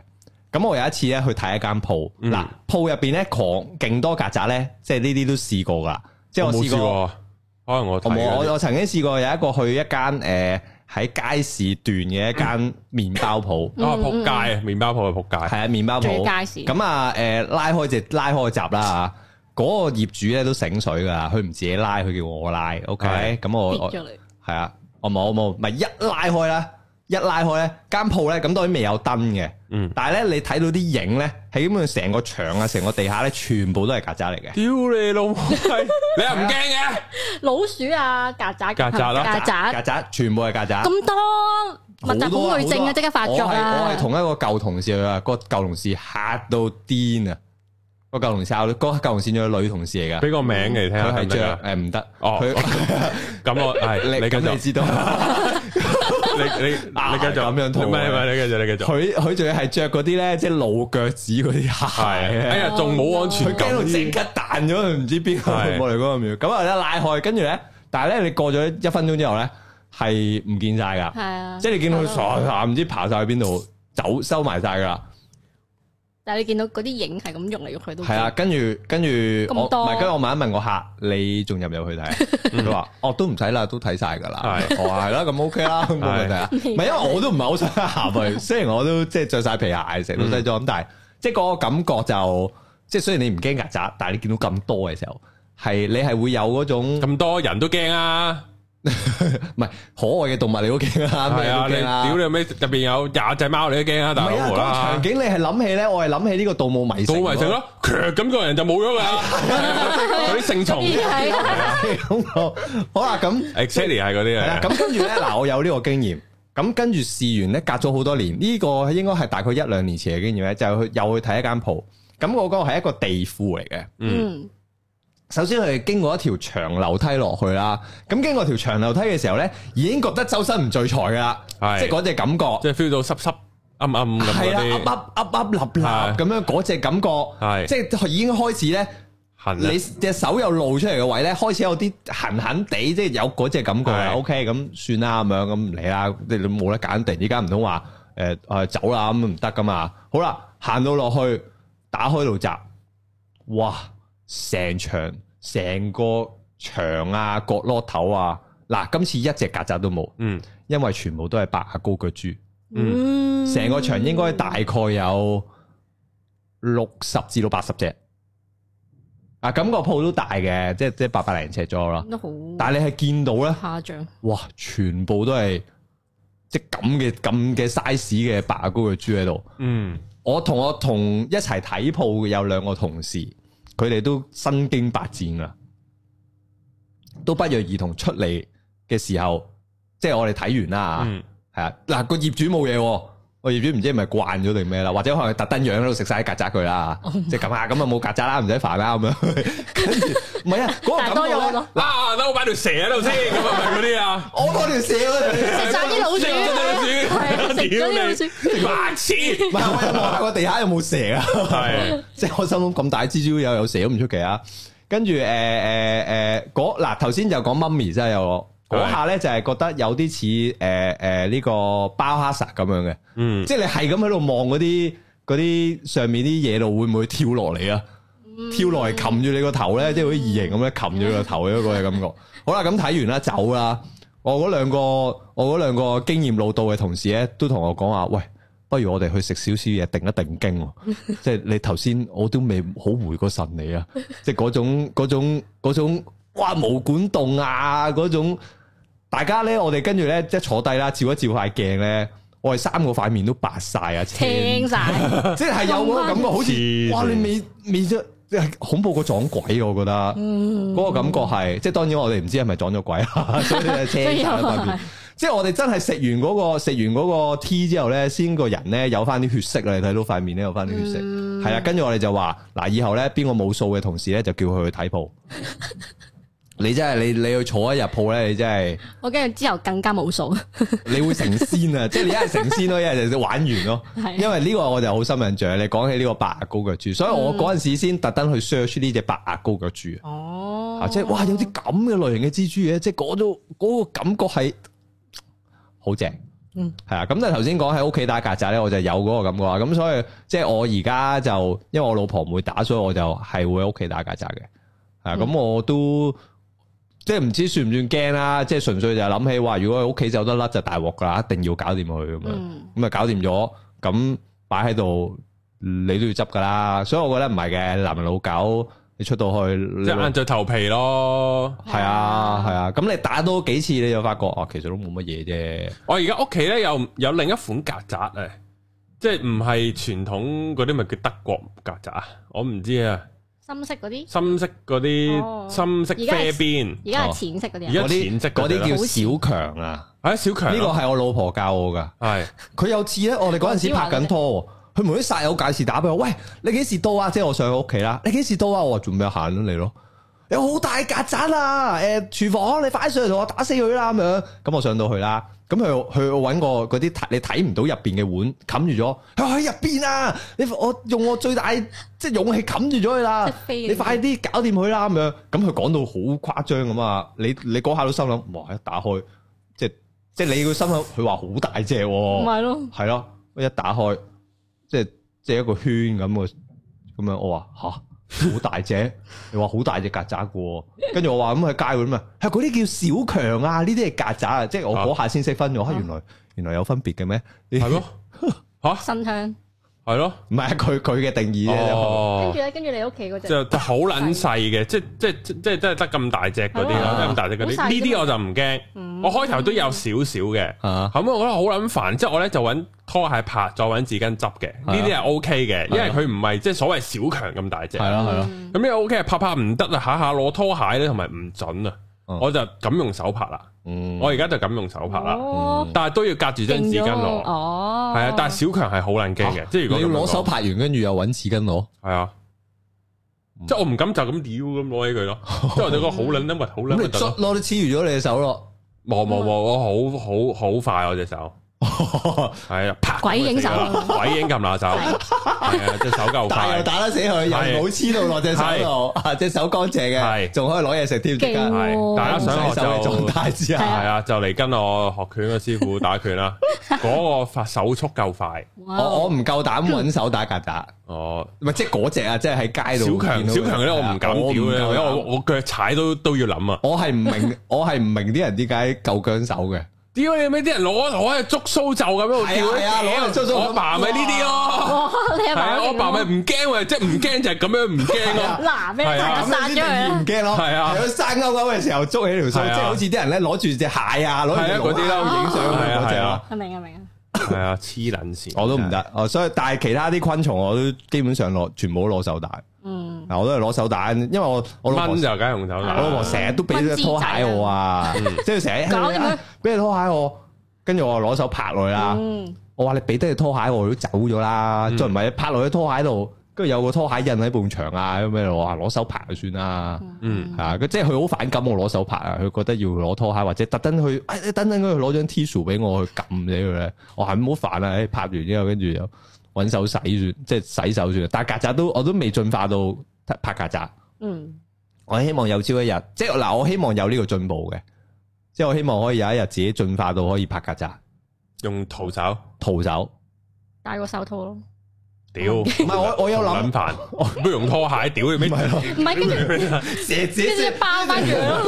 C: 咁我有一次咧去睇一間鋪，
A: 嗯
C: 嗱鋪入邊咧狂勁多曱甴咧，即係呢啲都試過噶，即係
A: 我
C: 我
A: 冇
C: 試
A: 試
C: 過。
A: 過，可能我
C: 我
A: 睇
C: 冇，
A: 嗰啲
C: 我我曾經試過有一個去一間诶喺街市段嘅一 間麵包鋪，
A: 啊仆街啊，麵包鋪啊仆街，
C: 係啊麵包
B: 最
C: 鋪。
B: 街市，
C: 咁啊，诶、拉開隻拉開隻閘啦，啊嗰、個業主咧都醒水噶，佢唔自己拉，佢叫我拉，OK，
A: 係
C: 咁我哦
B: 跌
C: 我
B: 咗嚟，
C: 係啊，我冇我冇，咪一拉開啦，一拉開咧，間鋪咧咁當然未有燈嘅，
A: 嗯
C: 但係咧你睇到啲影咧，係基本上成個牆啊、成個地下咧，全部都係曱甴嚟嘅。
A: 屌你老母 閪，你又唔驚嘅？
B: 老鼠啊，曱甴，
A: 曱甴啦
B: 曱甴
C: 曱甴全部係曱甴。
B: 咁多
C: 好
B: 密集
C: 多啊
B: 恐懼症
C: 好多
B: 啊，即刻發作啦！
C: 我係我係同一個舊同事去啊，個舊同事嚇到癲啊！個舊同事，個舊同事仲係女同事嚟㗎，
A: 俾個名嚟聽下
C: 佢
A: 得唔得㗎？
C: 係着誒唔得，
A: 哦
C: 佢
A: 咁我係
C: 你
A: 你繼
C: 咁你
A: 續，
C: 知道。
A: 你你你
C: 啊
A: 繼續
C: 咁樣套
A: 唔係唔係你繼續你繼續，
C: 佢佢仲要係着嗰啲咧，即係露腳趾嗰啲鞋
A: 係哎
C: 咧，
A: 呀仲冇安全
C: 佢
A: 感
C: 驚到
A: 添
C: 即，刻彈咗去唔知邊個
A: 係
C: 過嚟嗰個廟，咁啊一拉開，跟住咧，但係咧你過咗一分鐘之後咧，係唔見晒
B: 係
C: 噶，
B: 啊，
C: 即係你見到佢
B: 係咯
C: 傻傻唔知爬晒去邊度，走收埋晒噶啦，
B: 但係你見到嗰啲影係咁喐嚟喐去都
C: 係啊，，跟住跟住我唔
B: 咁多
C: 係，跟住我問一問個客，你仲入唔入去睇？佢話：哦，都唔使啦，都睇晒噶啦。我話係啦，咁 OK 啦，冇問題啊。唔係因為我都唔係好想行去，雖然我都即係着晒皮鞋，成到西裝，咁但係即係嗰個感覺就即係雖然你唔驚曱甴，但係你見到咁多嘅時候，係你係會有嗰種
A: 咁多人都驚啊！
C: 唔係可愛嘅動物，你都驚啦，咩
A: 係啊，
C: 都
A: 你
C: 驚啦
A: 屌。你咩？入邊有廿隻貓，你都驚啊！
C: 唔
A: 大
C: 係
A: 佬
C: 啊，
A: 無
C: 嗰個
A: 啦
C: 場，景你係諗起咧，我係諗起呢個《盜墓迷城
A: 倒》。埋食
C: 咯。
A: 咯，嘭咁個人就冇咗㗎啦。 嗰啲聖蟲
B: 係啊
C: 好啦，咁。
A: ，exactly 係啊嗰啲
C: 系啦，
A: 嚟。
C: 啊咁跟住咧，嗱，我有呢個經驗，咁跟住試完咧，隔咗好多年，呢、個應該係大概一兩年前嘅經驗咧，就去又去睇一間鋪，咁我嗰個係一個地庫嚟嘅。
A: 嗯
B: 嗯，
C: 首先佢哋經過一條長樓梯落去啦，咁經過條長樓梯嘅時候咧，已經覺得周身唔聚財噶啦，
A: 係
C: 即係嗰只感覺，
A: 即係 feel 到濕濕暗暗咁
C: 係
A: 嗰
C: 啦，
A: 啲
C: 噏噏噏噏立立
A: 係
C: 咁樣嗰只感覺，
A: 係
C: 即係已經開始咧。
A: 痕啊
C: 你隻手又露出嚟嘅位咧，開始有啲痕痕地，即係有嗰只感覺啦。
A: 係
C: OK，咁算啦，咁樣咁唔理啦，即係你冇得揀。突然之間唔通話誒誒走啦，咁唔得噶嘛。好啦，行到落去，打開路閘，哇！成場成個牆啊，角落頭啊，嗱，今次一隻曱甴都冇，
A: 嗯，
C: 因為全部都係白牙高腳豬。
B: 嗯
C: 成個場應該大概有六十至到八十隻。啊，咁個鋪都大嘅，即係即係八百零尺左右啦。
B: 都好
C: 但係你係見到咧，
B: 誇 張，
C: 哇，全部都係即係咁嘅咁嘅 size 嘅白牙高嘅豬喺度。
A: 嗯，
C: 我同我同一齊睇鋪嘅有兩個同事，佢哋都身經百戰啦，都不約而同出嚟嘅時候，即係我哋睇完啦。
A: 嗯，
C: 系啊，嗱個業主冇嘢喎，個業主唔知係咪慣咗定咩啦，或者可能特登養喺度食晒啲曱甴佢啦，
B: 哦
C: 即係咁啊，咁啊冇曱甴啦，唔使煩啦咁樣。 跟住唔係啊，嗰個
B: 但係多咗
C: 感覺
B: 好
C: 咧
B: 多，
A: 啊，等我擺條蛇喺度先，咁啊咪嗰啲啊，
C: 我嗰條蛇嗰
B: 食晒啲老
A: 食
B: 鼠，
A: 咗啲老鼠
B: 係食咗啲老鼠，
A: 白痴，
C: 唔係我有望下個地下有冇蛇啊？
A: 係
C: 即係我心諗咁大蜘蛛有有蛇都唔出奇啊！跟住誒誒誒嗰嗱頭先就講 mummy 真係有我嗰下咧就係覺得有啲似誒誒呢個包哈薩咁樣嘅。
A: 嗯，
C: 即係你係咁喺度望嗰啲嗰啲上面啲野路會唔會跳落嚟啊？跳落嚟擒住你個頭咧，即係好似異形咁咧擒住你個頭嘅一個感覺。好啦，咁睇完啦，走啦。我嗰兩個我嗰兩個經驗老道嘅同事咧，都同我講話，喂。不如我哋去食少少嘢，定一定經喎。即係你頭先，我都未好回過神你啊！即係嗰種嗰種嗰種，哇毛管動啊！嗰種大家咧，我哋跟住咧，即係坐低啦，照一照塊鏡咧，我哋三個塊面都白晒啊，
B: 青晒，
C: 即係有嗰個感覺，好似
A: 黐線
C: 哇你未未咗，即係恐怖過撞鬼，我覺得
B: 嗯，
C: 嗰個感覺係，即係當然我哋唔知係咪撞咗鬼啦， 所以就青晒啦塊面。即係我哋真係食完嗰、個食完嗰個 T 之後咧，先個人咧有翻啲血色啊啦，你睇到塊面咧有翻啲血色，係啦、跟住我哋就話嗱，以後咧邊個冇數嘅同事咧就叫佢去睇鋪。你真係你你去坐一日鋪咧，你真係
B: 我跟住之後更加冇數，
C: 你會成仙啊！即係你一係成仙咯，一係就玩完咯。
B: 係啊
C: 因為呢個我就好深印象。你講起呢個白牙高腳豬，所以
B: 嗯
C: 我嗰陣時先特登去 search 呢只白牙高腳豬啊
B: 哦
C: 啊，即係哇有啲咁嘅類型嘅蜘蛛嘢，即係嗰種嗰個感覺係好正。
B: 嗯，
C: 係啊，咁但係頭先講喺屋企打曱甴咧，我就有嗰個感覺啊。咁所以即係我而家就因為我老婆唔會打，所以我就係會喺屋企打曱甴嘅。
B: 嗯
C: 啊，咁我都即係唔知算唔算驚啦，即係純粹就係諗起話，如果喺屋企走得甩就大鑊噶啦，一定要搞掂佢咁樣。
B: 嗯
C: 咁啊搞掂咗，咁擺喺度你都要執噶啦。所以我覺得唔係嘅，男人老狗你出到去
A: 即
C: 你
A: 系硬着頭皮咯。
C: 係啊係啊，咁你打多幾次你就發覺啊，其實都冇乜嘢啫。
A: 我而家屋企咧有有另一款曱甴啊，即係唔係傳統嗰啲咪叫德國曱甴啊？我唔知啊，
B: 深色嗰啲，
A: 深色嗰
B: 哦
A: 啲深色
B: 而家係
A: 啡邊，
B: 而家係淺色嗰啲
A: 而家
B: 啊，
C: 嗰啲
A: 淺色
C: 嗰
A: 嗰
C: 啲
A: 啲啦
C: 叫小強啊，
A: 係啊小
C: 呢
A: 強
C: 個
A: 咯，
C: 係我老婆教我㗎。
A: 係
C: 佢有次咧，我哋嗰陣時拍緊拖喎，佢無端煞有介事打俾我，喂，你幾時到啊？即係我上佢屋企啦，你幾時到啊？我話做咩行咗嚟咯？有好大曱甴啊！誒、廚房你快上嚟同我打死佢啦咁樣。咁我上到去啦，咁佢佢揾個嗰啲睇你睇唔到入邊嘅碗冚住咗，佢話喺入邊啊！你我用我最大即係勇氣冚住咗佢啦
B: 即係，飛
C: 你快啲搞掂佢啦咁樣。咁佢講到好誇張咁啊！你你嗰下都心諗，哇！一打開即係即係你個心諗，佢話好大隻喎、
B: 唔係咯，
C: 系咯，一打開，即係即系一個圈咁嘅，咁樣我話吓好大隻， 你話好大隻曱甴嘅喎，跟住我話咁喺街嗰啲咩，係嗰啲叫小強啊，呢啲係曱甴啊，即係我嗰下先識分咗，啊原來原來有分別嘅咩？
A: 係咯，吓
B: 新香。
A: 係咯，
C: 唔係佢佢嘅定義啫，
B: 跟住
A: 哦，
B: 咧，跟住你屋企嗰只
A: 就就好撚細嘅，即即即即係得咁大隻嗰啲
C: 係
A: 咯，
C: 咯
A: 得咁大隻嗰啲，
B: 好細
A: 呢
B: 啫
A: 啲
B: 嘛
A: 我就唔驚。
B: 嗯
A: 我開頭都有少少嘅，
C: 啊
A: 後尾我覺得好撚煩，之後我咧就揾拖鞋拍，再揾紙巾執嘅，
C: 啊
A: 呢啲係 O K 嘅，因為佢唔係即係所謂小強咁大隻。
C: 係啊
A: 咁
C: 咯係咯，
B: 嗯
A: 呢個 O K 拍拍唔得啊，下下攞拖鞋咧同埋唔準啊，
C: 嗯
A: 我就咁用手拍啦，
C: 嗯，
A: 我而家就咁用手拍啦，
B: 哦，
A: 但係都要隔住張
B: 勁
A: 紙
B: 咗
A: 巾攞，
B: 哦，
A: 係啊，但係小強係好撚驚嘅，即係如果
C: 啊你要
A: 咁樣
C: 攞手
A: 講
C: 拍完，跟住又揾紙巾攞，
A: 係啊。
C: 嗯
A: 即係我唔敢就咁屌咁攞起佢 咯，即係我就覺得好撚撚核，好撚
C: 咁
A: 核
C: 你嗯
A: 突
C: 捽
A: 咯。
C: 咯，你黐住咗你隻手咯，
A: 冇冇冇，我好好好快我隻手。 系啊，拍
B: 鬼影手
A: 鬼影撳拿手，系啊，隻手夠
C: 打
A: 快
C: 又，打得死佢，又
A: 係
C: 冇黐到落隻手度，啊隻手乾淨嘅，
A: 係
C: 仲可以攞嘢食添，即刻
B: 勁
A: 係
B: 喎
A: 大家
C: 唔
A: 想
C: 洗
A: 學
C: 嗯手嘅狀
A: 就
C: 態之
B: 係
C: 下
B: 啊。
A: 係啊，就嚟跟我學拳嘅啊師傅打拳 啦。嗰個發手速夠快，
B: 哇
C: 我我唔夠膽揾手打曱甴，
A: 哦，
C: 唔係即係嗰只啊，即係喺街
A: 小
C: 度
A: 強
C: 見到
A: 小
C: 嘅。
A: 強咧，我唔敢屌嘅，因
C: 係啊
A: 為我
C: 我唔夠膽
A: 我腳踩都都要諗啊。
C: 我係唔明， 我係唔明啲人點解夠僵手嘅。
A: 屌你咩啲人攞攞隻竹鬚就咁樣
C: 係
A: 屌
C: 啊係啊攞隻竹鬚
A: 我爸咪呢啲咯，
B: 哇，你阿
A: 係
B: 爸
A: 啊，
B: 好勁
A: 我爸咪
B: 喎
A: 唔驚喎，即係唔驚就係咁樣唔驚咯。
B: 嗱俾
A: 係啊
B: 大家
C: 咁
B: 殺
C: 樣
B: 咗
C: 先
B: 佢
C: 定義唔
B: 啦，
C: 驚咯，
A: 係啊
C: 係咯，生勾勾嘅時候捉起條
A: 係
C: 須，
A: 啊
C: 即係好似啲人咧攞住隻蟹啊，攞住
A: 係啊
C: 隻
A: 嗰啲啦
C: 影
A: 係
C: 相
A: 啊
C: 嗰隻
A: 係
C: 啦
A: 啊。
B: 我明啊明啊，
A: 係啊，黐撚線，
C: 我都唔得，哦，所以但係其他啲昆蟲我都基本上攞全部都攞手打，
B: 嗯，
C: 嗱我都係攞手打，因為我我老婆
A: 蚊就梗係用手打
C: 我老婆成日都俾隻拖鞋我啊，即係成日
B: 搞掂佢
C: 俾隻拖鞋我，跟住我攞手拍落去啦。
B: 嗯，
C: 我話你俾得隻拖鞋我，佢都走咗啦。
A: 嗯
C: 再唔係拍落去拖鞋度，跟住有個拖鞋印喺埲牆啊咁樣。我話攞手拍就算啦。
A: 嗯，
C: 啊！佢即係佢好反感我攞手拍啊，佢覺得要攞拖鞋或者特登去，哎，等等佢攞張 tissue 俾我去撳死佢咧。我係唔好煩啊！哎拍完之後，跟住又揾手洗算，即係洗手算。但係曱甴都我都未進化到拍曱甴。
B: 嗯，
C: 我希望有朝一日，即係嗱，我希望有呢個進步嘅，即係我希望可以有一日自己進化到可以拍曱甴
A: 用徒手
C: 徒手。
B: 戴個手套咯，
A: 屌，唔
C: 係我我有
A: 撚
C: 諗
A: 煩，不如用拖鞋屌你咩？
B: 唔係跟住
C: 蛇子
B: 跟住包翻住佢咯，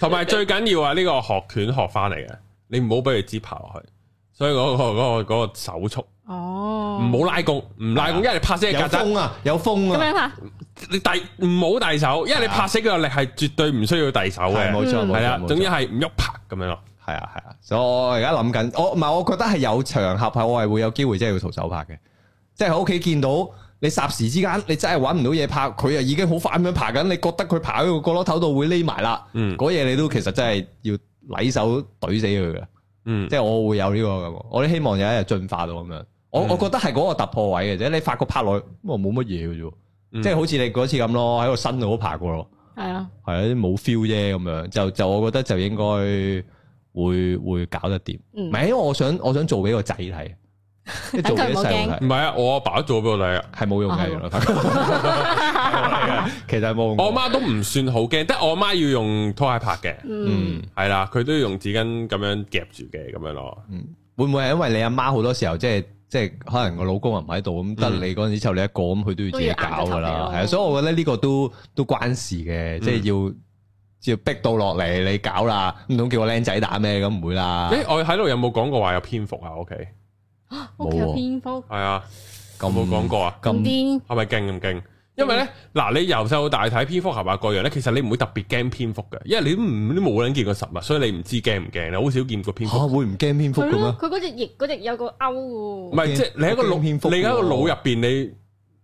A: 同埋最緊要啊，呢個學拳學翻嚟嘅，你唔好俾佢支拍落去。所以嗰、個嗰、個嗰個手速，
B: 哦，
A: 唔好拉弓，唔拉弓，因為你拍死隻
C: 啊有
A: 曱甴，
C: 風啊，有風
B: 咁
C: 啊，
B: 樣拍，
A: 你第唔好遞手，因為你拍死佢嘅力係絕對唔需要遞手
C: 係冇
A: 嘅，
C: 錯，
A: 啊嗯
C: 冇
A: 係啦
C: 錯，，冇
A: 總之
C: 錯
A: 係唔喐拍咁樣咯。
C: 係啊，係啊，所以我而家諗緊，我唔係，我覺得係有場合係我係會有機會真係要徒手拍嘅，即係喺屋企見到你霎時之間，你真係揾唔到嘢拍，佢又已經好快咁樣爬緊，你覺得佢爬喺個角落頭度會匿埋啦，
A: 嗯
C: 嗰嘢你都其實真係要攆手懟死佢嘅。
A: 嗯
C: 即，係我會有呢個咁，我都希望有一日進化到咁樣。我
A: 嗯
C: 我覺得係嗰個突破位嘅啫，你發覺拍落去，咁啊冇乜嘢嘅啫喎，
A: 嗯
C: 即係好似你嗰次咁咯，喺個身度都爬過咯，
B: 係啊，
C: 係啊，啲冇 feel 啫咁樣，就就我覺得就應該會會搞得掂。
B: 嗯
C: 唔係因為我想我想做俾個仔睇，即係做俾啲細路
A: 唔
C: 睇
A: 係啊，我阿爸都做俾我睇啊，
C: 係冇用
B: 啊係
C: 嘅，
B: 喎
C: 原來發覺係啊其實係冇用嘅。
A: 我媽都唔算好驚，但係我媽要用拖鞋拍嘅，
B: 嗯，
C: 嗯
A: 係啦，佢都要用紙巾咁樣夾住嘅咁樣咯。
C: 嗯，會唔會係因為你阿媽好多時候即係即係可能個老公又唔喺度咁，得你嗰陣時湊你一個咁，佢都要自己搞
B: 都要
C: 噶
B: 硬着頭
C: 啦，
B: 皮咯
C: 係啊，所以我覺得呢個都都關事嘅，即係要要逼到落嚟你搞啦，唔通叫個僆仔打咩咁唔會啦，
A: 誒，我喺度有冇講過話有蝙蝠啊？屋企係
B: 屋企有蝙蝠
A: 啊，
C: 咁
A: 有冇講過啊？
B: 咁
C: 咁嗯
B: 癲，
A: 係咪勁咁勁？因為咧，嗱，你由細到大睇蝙蝠俠啊各樣咧，其實你唔會特別驚蝙蝠嘅，因為你都唔你都冇人見過實物，所以你唔知驚唔驚，你好少見過蝙
C: 吓
A: 蝠。
C: 會唔驚蝙蝠
B: 佢
C: 嘅咩
B: 咯，？佢嗰隻翼嗰隻有個勾
A: 唔
B: 喎，
A: 係，即係你喺個
C: 我
A: 腦，
C: 驚蝙蝠
A: 你喺個
C: 喎
A: 腦入邊，你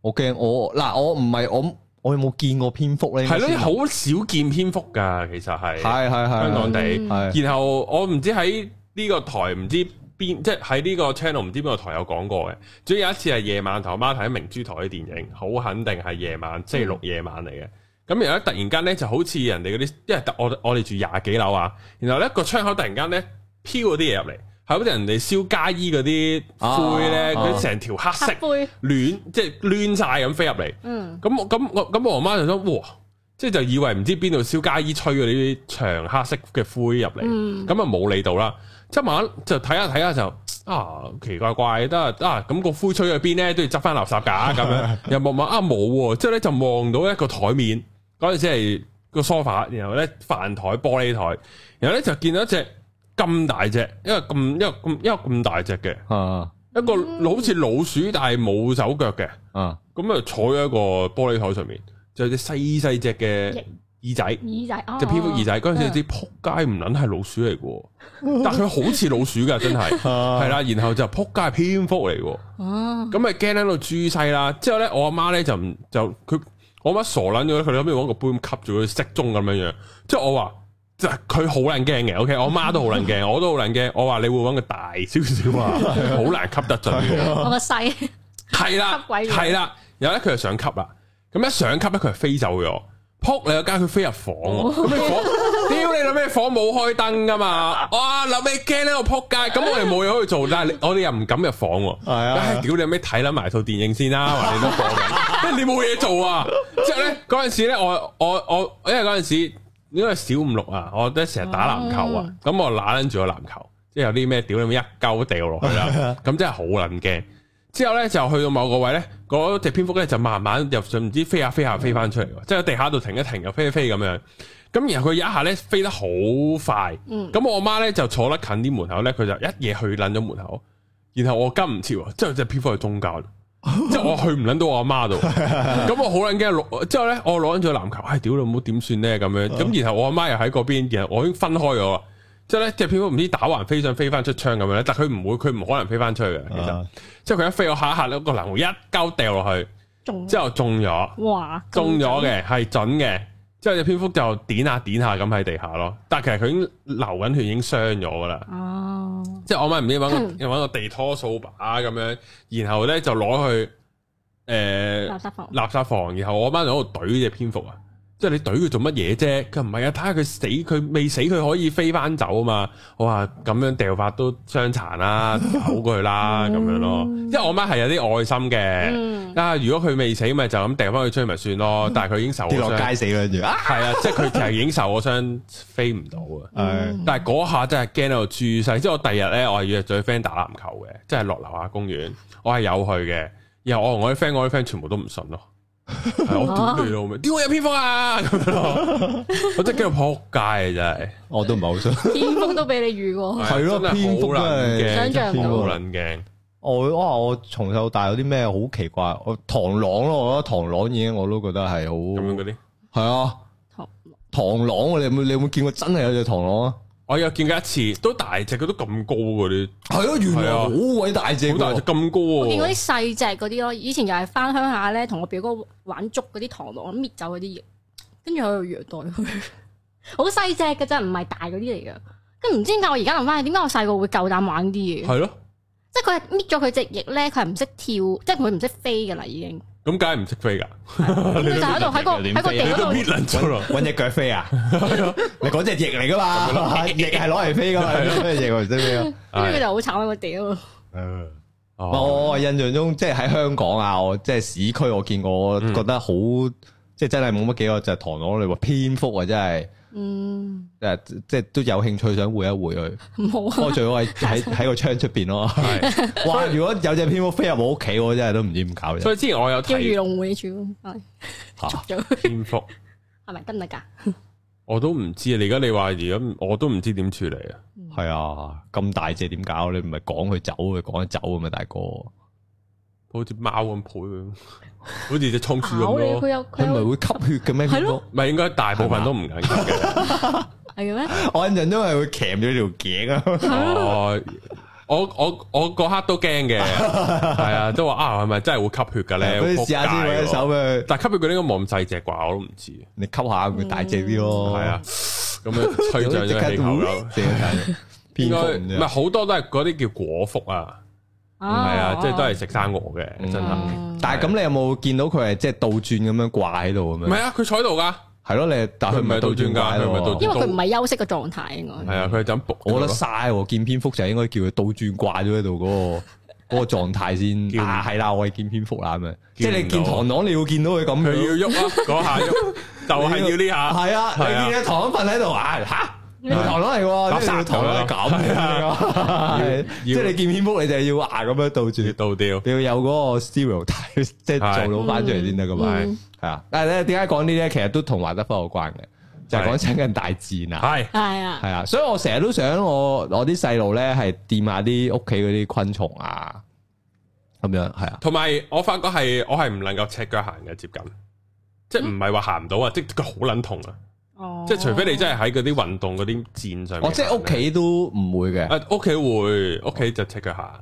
C: 我驚我嗱，我唔係我我有冇見過蝙蝠咧？
A: 係咯，好少見蝙蝠㗎，其實係。
C: 係係係
A: 香港地
B: 嗯
C: 係
A: 然後我唔知喺呢個台唔知邊，即係喺呢個 channel 唔知邊個台有講過嘅。總之有一次係夜晚同我媽睇明珠台嘅電影，好肯定係夜晚，星期
C: 嗯
A: 六夜晚嚟嘅。咁然後咧，突然間咧就好似人哋嗰啲，因為我我哋住廿幾樓啊，然後咧個窗口突然間咧飄嗰啲嘢入嚟，係好似人哋燒街衣嗰啲灰咧，
C: 啊啊
A: 佢成條黑色
B: 黑灰，
A: 亂，即係亂晒咁飛入嚟。
B: 嗯，
A: 咁我咁我咁我媽就想，哇！即係就以為唔知邊度燒家衣吹嗰啲長黑色嘅灰入嚟，
B: 嗯
A: 咁啊冇理到啦。即係晚就睇下睇下就啊奇怪怪得啊咁個灰吹去邊咧都要執翻垃圾架咁樣，又望望啊冇喎，之後咧就望到一個台面嗰陣時係個 sofa，然後咧飯台玻璃台，然後咧就見到一隻咁大隻，一個咁一個咁一個咁大隻嘅
C: 啊
A: 一個好似老鼠但係冇手腳嘅。
C: 啊
A: 咁啊坐喺一個玻璃台上面，就有隻細細隻嘅耳仔，
B: 耳仔，哦
A: 隻蝙蝠耳，仔。嗰陣時啲撲街唔撚係老鼠嚟嘅喎，但佢好似老鼠噶，真係 係啦。然後就撲街係蝙蝠嚟喎，
B: 哦，
A: 咁咪啊驚喺度豬西啦。之後咧，我阿媽咧就唔就佢我阿媽傻撚咗，佢後尾揾個杯咁吸住佢骰盅咁樣樣。即係我話。就係佢好撚驚嘅，OK，我媽都好撚驚，我都好撚驚。我話你會揾個大少少啊，好難吸得盡嘅。
B: 我個細，
A: 系啦
B: 吸，鬼咗
A: 系啦，然後咧佢就上級啦，咁一上級咧佢就飛走咗，扑你個街，佢飛入房
B: 哦
A: 喎，咁你房，屌你諗咩房冇開燈噶嘛，哇諗咩驚呢我扑街，咁我哋冇嘢可以做，但係你我哋又唔敢入房喎，
C: 係啊
A: 唉屌你咩睇撚埋套電影先啦，話你都播緊，因為你冇嘢做啊，之後咧嗰陣時咧我我我，因為嗰陣時應該係小五六啊，我都成日打籃球啊
B: 嗯，
A: 咁我揦撚住個籃球，即係有啲咩屌你咩一鳩掉落去啦，咁真係好撚驚。之後咧就去到某個位咧，嗰只蝙蝠咧就慢慢又唔知飛下飛下飛翻出嚟喎，即係喺地下度停一停又飛一飛咁樣。咁然後佢有一下咧飛得好快，
B: 嗯
A: 咁我媽咧就坐得近啲門口咧，佢就一夜去撚咗門口，然後我跟唔切喎，之後只蝙蝠喺中間，即係我去唔撚到我阿 媽度，咁我好撚驚攞，之後咧我攞緊咗籃球，唉屌老母點算咧咁樣，咁然後我阿媽又喺嗰邊，然後我已經分開咗啦，之後咧只蝙蝠唔知打橫飛上飛翻出窗咁樣咧，但佢唔會，佢唔可能飛翻出去嘅，其實。
C: 啊
A: 之後佢一飛我下一下咧，個籃球一鳩掉落去，
B: 仲
A: 之後中咗，
B: 哇，
A: 中咗，嘅係準嘅。之後只蝙蝠就點下點下咁喺地下咯，但係其實佢已經流緊血，已經傷咗噶啦。
B: 哦，
A: 即係我咪唔知揾
B: 嗯
A: 個揾個地拖掃把咁樣，然後咧就攞去誒
B: 垃圾房，
A: 垃圾房，然後我媽就喺度懟只蝙蝠啊！即係你懟佢做乜嘢啫？佢唔係啊，睇下佢死，佢未死佢可以飛翻走啊嘛！我話咁樣掉法都傷殘啦，搞佢啦咁樣咯。因為我媽係有啲愛心嘅，
B: 嗯，
A: 啊如果佢未死咪就咁掉翻佢出去咪算咯。但係佢已經受咗
C: 跌落
A: 傷，
C: 街死啦，跟住啊！
A: 係啊，即係佢其實已經受咗傷，飛唔到啊。
B: 嗯
C: 係
A: 但係嗰下真係驚到住晒，即係我第日咧，我係約咗啲 friend 打籃球嘅，即係落樓下公園，我係有去嘅。然後我同我啲 friend，我啲 friend 全部都唔 信咯，係我屌你老味，屌我有蝙蝠啊 咁樣咯，我真係驚到撲街啊真係，
C: 我都唔係好想。
B: 蝙蝠都俾你遇過，
C: 係咯
A: 真係
C: 蝙蝠
A: 好
C: 真
A: 撚
C: 係
A: 驚，
B: 想象唔到
A: 好撚驚，
C: 我哦哇！我從細到大有啲咩好奇怪？我螳螂咯，我覺得螳螂已經我都覺得係
A: 咁樣嗰
C: 好
A: 啲。
C: 係啊！
B: 好
C: 螳螂你有冇你有冇見過真係有隻螳螂啊？
A: 我有見過一次，都大隻，佢都咁高嗰啲，
C: 係咯，原
A: 來
C: 來好鬼大隻
A: 啊好大隻
C: 㗎。
A: 咁高
B: 我見嗰
A: 喎。
B: 啲細隻嗰啲咯，以前就係翻鄉下咧，同我表哥玩捉嗰啲螳螂，搣走嗰啲翼，跟住喺度虐待佢，好細只嘅啫，唔係大嗰啲嚟嘅。跟住唔知點解我而家諗翻起，點解我細個會夠膽玩啲嘢？
A: 係咯，
B: 即係佢係搣咗佢隻翼咧，佢係唔識跳，即係佢唔識飛嘅啦已 經。
A: 咁梗係唔識飛㗎，
B: 佢就喺度喺個
C: 點
B: 喺個地
A: 你
B: 嗰
A: 都搣
B: 度，
A: 撚咗 咯。
C: 搵隻腳飛啊！你嗰隻翼嚟噶嘛？翼係攞嚟飛噶嘛？咩翼我唔識 飛啊？
B: 跟住佢就好慘喺個地嗰度。
A: 嗯哦，
C: 我印象中即係喺香港啊，我即係市區我見過，我
A: 嗯
C: 覺得好即係真係冇乜幾個就係螳螂，你話蝙蝠啊，真係
B: 嗯，
C: 即係即係都有興趣想會一會佢。
B: 唔好啊
C: 我，最好係喺喺個窗出邊 咯。
A: 係
C: 哇！如果有隻蝙蝠飛入我屋企，我真係都唔知點
A: 所
C: 搞啫。
A: 以之前我有
B: 叫魚
A: 睇
B: 龍會住，係捉咗佢，
A: 蝙蝠。
B: 係咪得唔得㗎？
A: 我都唔知啊！你而家你話而家我都唔知點處理啊！
C: 啊係啊，咁大隻點搞？你唔係趕佢走，佢趕佢走咁嘛，大哥。
A: 好似貓咁抱佢，好似只倉鼠
C: 啊
A: 咁
B: 咬啊你，佢
A: 咯。
B: 有
C: 佢
B: 佢
C: 唔
B: 有
C: 係會吸血嘅咩？
B: 係咯
A: 唔係應該大部分都唔緊要嘅。
B: 係嘅咩？
C: 我印象中係會鉗咗條頸啊！
A: 哦，我我我嗰刻都驚 嘅，係啊，都話啊，係咪真係會吸血嘅咧？
C: 你試下先，
A: 仆街
C: 搵
A: 喎
C: 隻手俾佢，
A: 但吸血佢應該冇咁細隻啩，我都唔知。
C: 你吸下佢大隻啲咯。
A: 係啊，咁樣吹脹
C: 即
A: 咗
C: 刻
A: 氣球啦。
C: 正 大蝙
A: 應
C: 蝠
A: 該
C: 咁
A: 唔
C: 啫
A: 係好多都係嗰啲叫果腹啊，
B: 係
A: 係
C: 哦
A: 啊，即係都係食生鵝嘅，真係。
B: 嗯
C: 但係咁你有冇見到佢係即係倒轉咁樣掛喺度咁
A: 唔
C: 樣？
A: 係啊，佢坐喺度噶。
C: 係咯，你但係佢唔係倒轉掛
A: 佢唔係倒轉
C: 㗎
A: 㗎
B: 因為佢唔係休息嘅狀態，應該
A: 係啊，佢就咁仆
C: 我覺得嘥喎，見蝙蝠就應該叫佢倒轉掛咗喺度嗰個。 嗰個狀態先
A: 叫唔
C: 啊，係啦，我係見蝙蝠啦咁樣，即係你
A: 叫
C: 見
A: 唔到
C: 螳螂，你要見到佢咁
A: 佢
C: 樣，
A: 要喐啊，嗰下喐，就係要呢下。
C: 係啊，
A: 係啊
C: 你見隻螳螂瞓喺度啊，吓，你個螳螂
A: 垃
C: 嚟喎，
A: 圾
C: 即係螳螂係咁樣，係即係你見蝙蝠你就要牙咁樣倒住
A: 啊要，倒掉，
C: 你要有嗰個 stereotype，即 係做到翻出嚟先得噶嘛，
B: 嗯
C: 係啊。但係咧，點解講呢啲咧？其實都同華德福有關嘅，就係講親近大自然啊，
A: 係
B: 係啊
C: 係，啊。所以我成日都想我我啲細路咧係掂下啲屋企嗰啲昆蟲啊，咁樣係啊。
A: 同埋我發覺係我係唔能夠赤腳行嘅接近，即係唔係話行唔到啊，即係佢好撚痛啊！
B: 哦
A: 即係除非你真係喺嗰啲運動嗰啲箭上面行咧。
C: 我哦即係屋企都唔會嘅，
A: 啊，屋企會屋企就赤腳行，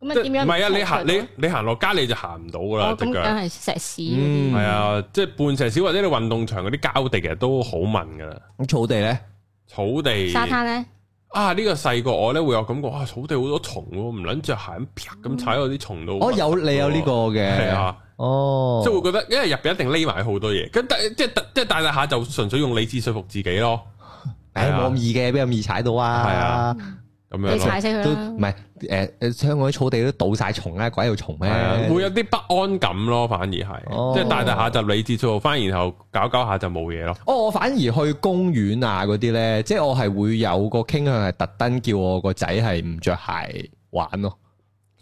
B: 咁啊
A: 即
B: 點
A: 係
B: 樣？
A: 唔係啊？你行你你行落街你就行唔到噶啦，
B: 哦
A: 隻
B: 咁梗
A: 腳。
B: 係石屎嗰
A: 係
B: 啲，
A: 啊，即係半石小或者你運動場嗰啲膠地其實都好敏噶啦，
C: 咁草地咧，
A: 草地
B: 沙灘咧
A: 啊呢、個細個我咧會有感覺啊，草地好多蟲喎，唔撚着鞋咁啪咁踩落啲蟲度。
C: 我哦有你有呢個
A: 係
C: 嘅，
A: 啊，
C: 哦，
A: 即係會覺得，因為入邊一定匿埋好多嘢，咁但即係即係大大下就純粹用理智說服自己咯，
C: 唉
A: 係啊
C: 冇咁易嘅，邊咁易踩到
A: 係
C: 啊
A: 啊？咁樣咯
B: 你踩死佢
C: 都
B: 啦
C: 唔。係誒誒，香港啲草地都倒晒蟲啦，鬼有蟲咩
A: 係？啊，會有啲不安感咯，反而係，
C: 哦
A: 即係大大下就理智說服翻，然後搞搞下就冇嘢咯。
C: 哦，我反而去公園啊嗰啲咧，即係我係會有個傾向係特登叫我個仔係唔着鞋玩咯，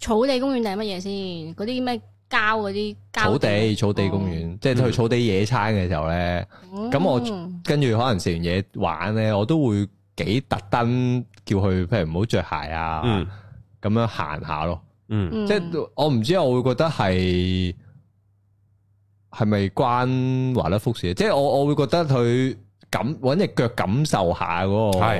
B: 草地公園定係乜嘢先？嗰啲咩膠嗰啲膠
C: 草地草地公園，即係去草地野餐嘅時候咧，
B: 哦
C: 咁我
B: 嗯
C: 跟住可能食完嘢玩咧，我都會幾特登叫佢，譬如唔好着鞋啊
A: 嗯，
C: 咁樣行下咯。
A: 嗯，
C: 即係我唔知，啊我會覺得係係咪關華德福事？啊即係我我會覺得佢感揾隻腳感受下嗰、
A: 係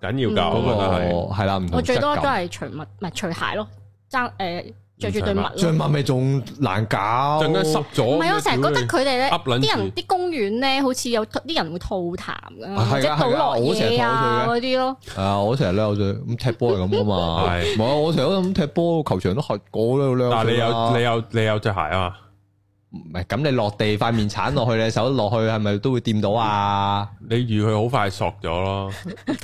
C: 個
A: 緊要㗎，
C: 嗰、
A: 我覺得係。
C: 個係啦，唔同
B: 我最多
C: 質
B: 都
C: 感
B: 係除襪，唔係除鞋咯，爭誒着住對
A: 唔
B: 襪
C: 最
B: 咯。
C: 襪咪仲難搞，
A: 陣間濕咗。
B: 唔係，我成日覺得佢哋咧，
A: 噏撚住
B: 啲人啲公園咧，好似有啲人會吐痰㗎，
C: 啊係㗎
B: 或者倒落嘢
C: 係
B: 啊
C: 㗎我
B: 嗰啲咯。
C: 係啊！我成日咧，我就咁踢波係咁噶嘛，
A: 係
C: 唔係啊我成日都咁踢波，球場都學我都兩。
A: 但係你有你有你有隻鞋啊嘛？
C: 唔係咁你落地塊面鏟落去，你手落去係咪都會掂到 啊？
A: 你預佢好快索咗咯，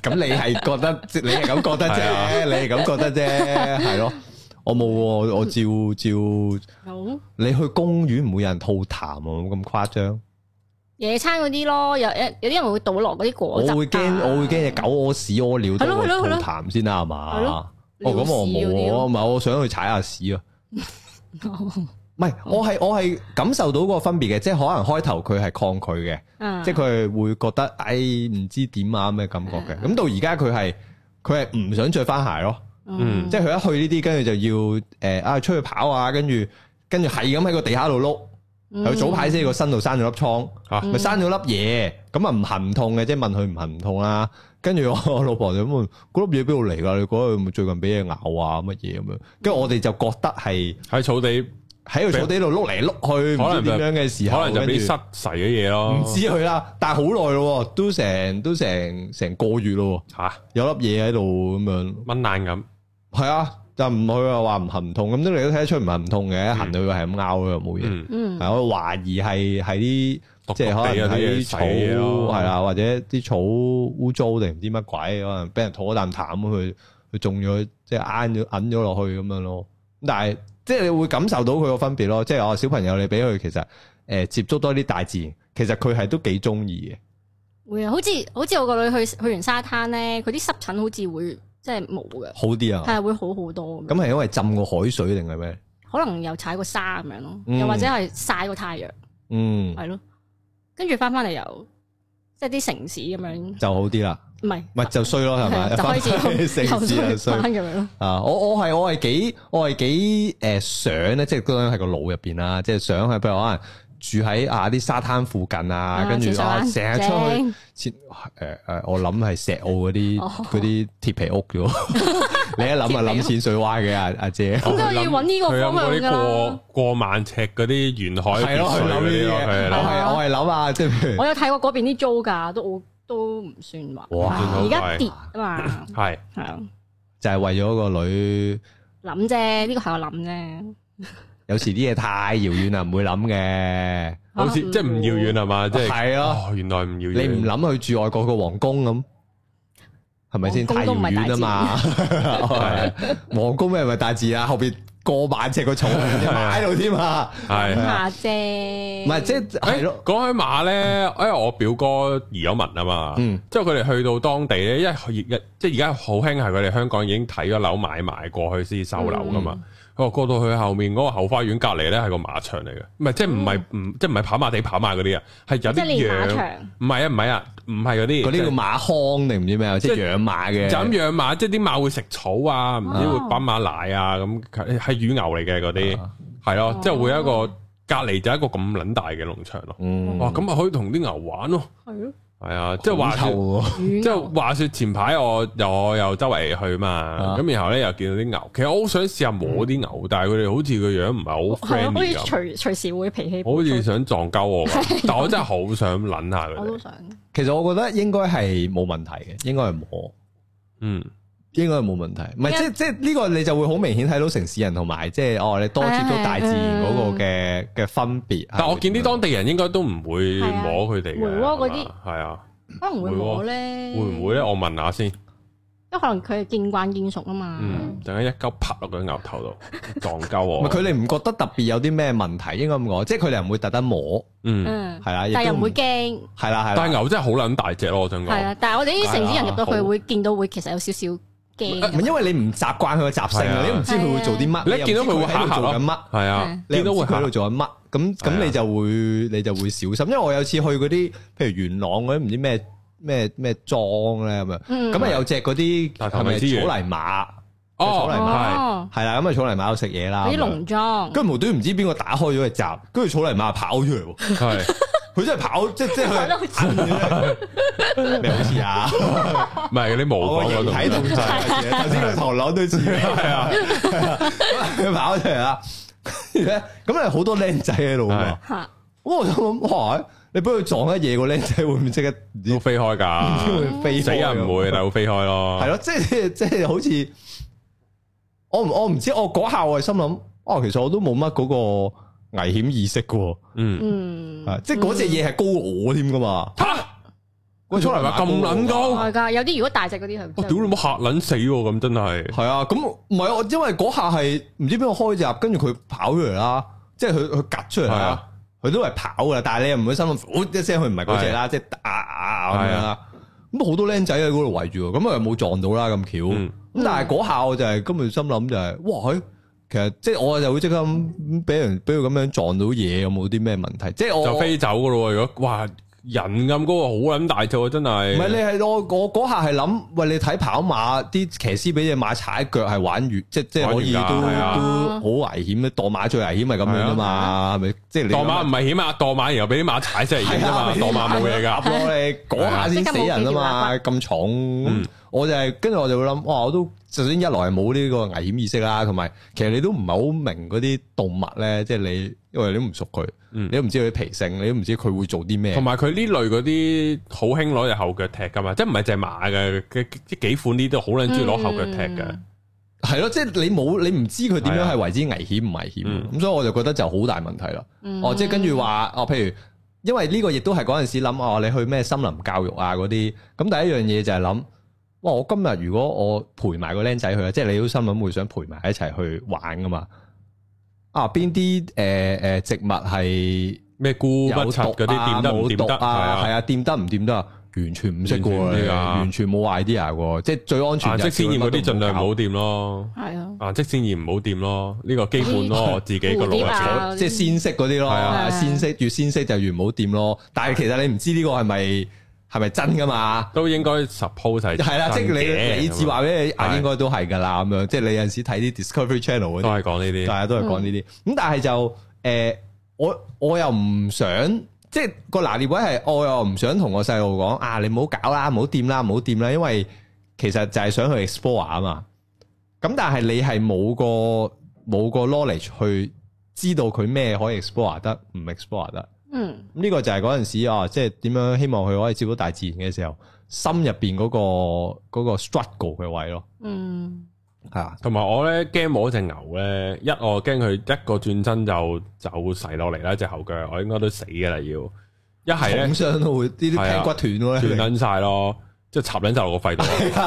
C: 咁你係覺得，即你係咁覺得
A: 係啊
C: 啫，你係 咁覺得啫，係咯。我冇喎，我照照
B: 好
C: 你去公園唔會有人吐痰啊，冇咁誇張。
B: 野餐嗰啲咯，有有有啲人會倒落嗰啲果汁啊。
C: 我會驚，我 會驚隻狗屙屎屙尿都
B: 係咯係
C: 會
B: 咯
C: 吐
B: 係咯
C: 痰先啦，係嘛？
B: 係咯
C: 哦，咁我冇
B: 尿屎嗰啲
C: 喎，
B: 咯
C: 唔係我想去踩下屎啊。唔係，我係我係感受到個分別嘅，即係可能開頭佢係抗拒嘅，
B: 啊
C: 即係佢會覺得，唉，唔知點啊咁嘅感覺嘅。咁到而家佢係佢係唔想着翻鞋咯。
A: 嗯
C: 即係佢一去呢啲，跟住就要誒、啊出去跑啊，跟住跟住係咁喺個地下度碌。
B: 嗯
C: 佢早排先個身度生咗粒瘡，
A: 嚇
C: 咪生咗粒嘢，咁啊唔痕唔痛嘅，即係問佢唔痕唔痛啦。跟住我 我老婆就咁問：嗰粒嘢邊度嚟㗎？你嗰日咪最近俾嘢咬啊乜嘢咁樣？跟住我哋就覺得係
A: 喺草地
C: 喺個草地度碌嚟碌去，唔知
A: 可
C: 點
A: 能
C: 樣嘅時候，
A: 可能就俾
C: 跟
A: 啲
C: 住
A: 塞噬嘅嘢咯。
C: 唔知佢啦，但係好耐咯喎，都成都成成個月咯喎，
A: 嚇
C: 有粒嘢喺度咁樣。
A: 蚊爛咁，
C: 系啊，就唔佢又話唔痕唔痛，咁都你都睇得出唔係唔痛嘅，痕到佢係咁拗嘅冇嘢。
A: 嗯，
B: 嗯
C: 係我懷疑係係啲
A: 毒
C: 即係可
A: 毒地
C: 能
A: 嗰啲嘢
C: 係啲
A: 洗
C: 草
A: 嘢咯
C: 係啦，或者啲草污糟定唔知乜鬼，可能俾人吐咗啖痰咁，佢佢中咗即係啱咗揞咗落去咁樣咯。咁但係即係你會感受到佢個分別咯，即係我小朋友你俾佢其實誒接觸多啲大自然，其實佢係都幾中意嘅。
B: 會啊，好似好似我個女去去完沙灘咧，佢啲濕疹好似會即係冇嘅，
C: 好啲啊！
B: 係會好好多咁
C: 咁
B: 樣。
C: 係因為浸過海水定係咩？
B: 可能又踩過沙咁樣咯，
C: 嗯
B: 又或者係曬過太陽，
C: 嗯，
B: 係咯。跟住翻翻嚟又即係啲城市咁樣，
C: 就好啲啦。
B: 唔係啊
C: 咪就衰咯，係咪？
B: 就開始
C: 成
B: 又
C: 字就
B: 衰
C: 啊衰
B: 翻咁樣咯。
C: 啊！我我係我係幾我係幾誒想咧，即係嗰種喺個腦入邊啦，即係想係譬如可能住喺啊啲沙灘附近啊，跟住啊成日出去。
B: 去，
C: 切誒誒，我諗係石澳嗰啲
B: 哦
C: 嗰啲鐵皮屋嘅喎， 你一諗就諗淺水灣嘅啊阿阿姐，
B: 咁都要揾呢個
A: 佢有冇
B: 方
A: 啲
B: 向㗎
A: 過
B: 啦。
A: 過萬尺嗰啲沿海
C: 係
A: 別
C: 咯，去
A: 墅
C: 諗
A: 嗰
C: 呢
A: 啲
C: 啲
A: 咯，
C: 嘢，
A: 係
C: 我
A: 啦，
C: 係我係諗啊，即係譬如
B: 我有睇過嗰邊啲租價都好都唔算話，
A: 哇
C: 真係好
B: 而家
A: 貴
B: 跌啊嘛，
A: 係
B: 係啊
C: 就係為咗個女，
B: 諗啫，呢個係我諗啫。
C: 有時啲嘢太遙遠啦，啊唔會諗嘅，
A: 好似
B: 啊
A: 即係唔遙遠係嘛，即係
C: 嗯係咯，
A: 哦，原來唔遙
C: 你
A: 遠，
C: 唔諗去住外國個皇宮咁，係咪先
B: 皇
C: 太
B: 宮都唔
C: 遙
B: 係
C: 遠啊啊嘛？
A: 然
C: 皇宮咩咪大自然，後邊過萬尺個草喺度添啊，
A: 係
B: 諗。下啫，
C: 唔係即係係
A: 誒
C: 咯，
A: 講起馬咧，因為我表哥移咗民啊嘛，
C: 嗯
A: 之後佢哋去到當地咧，因為而即係而家好興係佢哋香港已經睇咗樓買埋過去先收樓噶
B: 嗯
A: 嘛。佢話過到去後面嗰個後花園隔離咧係個馬場嚟嘅，唔係即係唔係唔即係唔係跑馬地跑馬嗰啲啊，係有
B: 即係練馬
A: 啲羊，
B: 場。
A: 唔係啊唔係啊，唔係嗰啲
C: 嗰啲叫馬康定唔知咩啊，即係
A: 即係
C: 養馬嘅，
A: 就咁養馬，即係啲馬會食草啊，唔知
B: 哦
A: 會ปั๊馬奶啊，咁係係乳牛嚟嘅嗰
C: 啊
A: 啲，係咯
B: 哦，
A: 即係會有一個隔離就一個咁撚大嘅農場咯。
C: 嗯
A: 哇，咁啊可以同啲牛玩咯，
B: 係咯，
A: 係啊，即係話
C: 臭
A: 說，
C: 喎，
A: 即係話說前排我又我又周圍去嘛
C: 啊，
A: 咁然後咧又見到啲牛，其實我好想試下摸啲牛，但係佢哋好似個樣唔係好
B: 係啊，好似
A: friendly 咁，
B: 隨隨時會脾氣暴躁，
A: 好似想撞鳩我咁，但我真係好想撚下佢
B: 我都
A: 哋，
B: 想。
C: 其實我覺得應該係冇問題嘅，應該係摸，
A: 嗯，
C: 應該係冇問題。唔係
B: 因
C: 即即係呢個你就會好明顯睇到城市人同埋即係哦，你多接觸大自然嗰
B: 嗯
C: 個嘅嘅分別。
A: 但我見啲當地人應該都唔會
B: 啊係啊
A: 摸佢哋嘅，
B: 梅窩嗰啲
A: 係嘛係啊。
B: 可能會摸咧，
A: 會唔會
C: 嗯
A: 咧？？我問下先。
B: 因為可能佢係見慣見熟啊嘛。
A: 嗯，陣間一鳩拍落個牛頭 度，撞鳩
C: 唔係
A: 我。
C: 佢哋唔覺得特別有啲咩問題，應該咁講，即係佢哋唔會特登摸，
A: 嗯，
B: 嗯，
C: 係啦，亦
B: 但係又
C: 都
B: 唔會驚，
C: 係啦係
A: 但係
C: 啦。
A: 牛真係好撚大隻咯，我想
B: 係
A: 講。
B: 啊。但係我哋呢啲城市人入
A: 哎
B: 到去
A: 呀好
B: 會見到會其實有少少驚
C: 唔係
B: 㗎。
C: 因為你唔習慣佢嘅習性
A: 係啊
C: 啊，你都唔知佢會做啲乜，
A: 你一
C: 又唔
A: 見到
C: 知
A: 佢會
C: 喺度
A: 嚇嚇
C: 做
A: 咯
C: 緊乜。
A: 係啊
B: 嗯，
C: 你
A: 見到
C: 都
A: 會
C: 會喺度
A: 嚇。
C: 做緊
A: 係
C: 乜，咁
A: 啊
C: 咁你就會你就會小心，因為我有次去嗰啲，譬如元朗嗰啲唔知咩咩咩莊咧咁樣，
B: 嗯
C: 咁啊有隻嗰啲
A: 大頭
C: 係咪
A: 米之魚
C: 草泥馬？
A: 哦，
C: 草泥
A: 係。
B: 哦，
C: 係啦，咁啊草泥馬喺度食嘢啦，
B: 嗰啲
C: 咁樣
B: 農莊，
C: 跟住無端端唔知邊個打開咗個閘，跟住草泥馬跑出嚟喎，
A: 係，
C: 佢真係跑，即即係
B: 我
C: 佢
B: 都知
C: 咩好似啊？
A: 唔係你模
C: 我
A: 仿
C: 個
A: 嗰
C: 形
A: 度。
C: 體動作
A: 係
C: 係啊頭先個頭扭都似係啊，佢跑出嚟啦，跟住咧咁啊好多僆仔喺度啊嘛。
B: 嚇，
C: 咁我就諗，哇！你俾佢撞一嘢，個僆仔會唔會即刻唔知
A: 都飛開 㗎，
C: 會飛開
A: 啊死人唔會，但係會飛開咯。咯，
C: 係咯，即係即係好似我唔我唔知，我嗰下我係心諗，哦，其實我都冇乜嗰個危險意識嘅喎，
A: 嗯。
B: 嗯
C: 啊，即係嗰隻嘢係高我添噶嘛，
A: 嚇！
C: 嗰
A: 個
C: 隻
A: 草
C: 草
A: 泥
C: 泥
A: 馬
C: 馬
A: 咁撚高，
B: 係㗎，有啲如果大隻嗰啲係
A: 我屌你冇嚇撚死喎！咁真係。
C: 係啊，咁唔係我因為嗰下係唔知邊個開閘，跟住佢跑出嚟啦，即係佢佢夾出嚟
A: 係
C: 啦
A: 啊，
C: 佢都係跑噶啦，但係你又唔會心諗，噗一聲佢唔係嗰隻啦，即係啊啊咁樣啦，咁好多僆仔喺嗰度圍住喎，咁啊又冇撞到啦咁巧。
A: 嗯
C: 咁但係嗰下我就係根本心諗就係、哇佢其實即係我就會即刻咁俾人俾佢咁樣撞到嘢，有冇啲咩問題？即係我
A: 就飛走㗎咯喎！如果哇人咁高，啊好撚大隻喎，真係。啊
C: 唔係你係我我嗰下係諗，喂你睇跑馬啲騎師俾只馬踩一腳係玩完，即即係可以都
A: 玩完㗎係啊
C: 都好危險嘅，墮馬最危險係咁樣啊嘛，係咪？即係你
A: 墮馬唔係險啊，墮馬然後俾啲馬踩死嚟險
C: 啊
A: 啫嘛，墮馬冇嘢㗎。啊
C: 夾啊咯你嗰下先死人啊嘛，咁重
A: 嗯，
C: 我就係跟住我就會諗，哇！我都就算一來冇呢個危險意識啦，同埋其實你都唔係好明嗰啲動物咧，即係你因為你都唔熟佢，
A: 嗯
C: 你都唔知佢脾性，你都唔知佢會做啲咩
A: 同。埋佢呢類嗰啲好興攞隻後腳踢噶嘛，即係唔係隻馬嘅，嘅即幾款呢都好撚中意攞後腳踢嘅
B: 嗯，
C: 係咯，即係你冇你唔知佢點樣係為之危險唔危險，
A: 啊
C: 啊
A: 嗯
C: 咁所以我就覺得就好大問題啦。
B: 嗯
C: 哦，即係跟住話哦，譬如因為呢個亦都係嗰陣時諗哦，你去咩森林教育啊嗰啲，咁第一樣嘢就係諗，哇！我今日如果我陪埋個僆仔去啊，即係你都心諗會想陪埋一齊去玩噶嘛。啊，邊啲誒誒植物係
A: 咩菇不
C: 有
A: 柒嗰啲
C: 毒
A: 掂
C: 啊、
A: 得唔
C: 冇
A: 掂
C: 毒
A: 得係
C: 啊？係
A: 啊，
C: 啊，掂得唔掂得啊？完全唔識
A: 完全唔
C: 喎，
A: 知
C: 你
A: 㗎
C: 完全冇 idea 喎，即係最安全
A: 顏
C: 就
A: 色
C: 係
A: 鮮豔嗰啲盡量唔好掂咯，
B: 係啊，
A: 顏色鮮豔唔好掂咯，呢個基本
C: 哎
A: 咯，我自己個腦
B: 蝴蝶
A: 入
B: 啊
A: 邊。
B: 嗰啲
C: 即係鮮色嗰啲咯，
A: 係啊
C: 鮮色越鮮色就越唔好掂咯。但係其實你唔知呢個係咪係咪真噶嘛？
A: 都應該 suppose 係
C: 係啦，即
A: 真
C: 係
A: 嘅
C: 你理智話俾你啊，
A: 係
C: 應該都係㗎啦咁樣。即係你有陣時睇啲 Discovery Channel 嗰
A: 都
C: 啲，
A: 係講呢啲，
C: 大家都係講呢啲。咁但係就誒，我我又唔想。即係個拿捏位係，我又唔想同我細路講啊，你唔好搞啦，唔好掂啦，唔好掂啦，因為其實就係想去 explore 啊嘛。咁但係你係冇個冇個 knowledge 去知道佢咩可以 explore 得，唔 explore 得。
B: 嗯，
C: 呢個就係嗰陣時啊，即係點樣希望佢可以接到大自然嘅時候，心入邊嗰個嗰個 struggle 嘅位咯，
B: 嗯，
C: 係啊，
A: 同埋我咧驚我只牛咧，一我驚佢一個轉身就就駛落嚟啦，只後腳我應該都死噶啦要，一係
C: 重
A: 咧
C: 傷都會呢啲
A: 係啊
C: 聽骨斷咯，
A: 斷撚晒咯，即係插撚晒落個肺度 咯，係啊係啊
C: 唔驚啊！斷完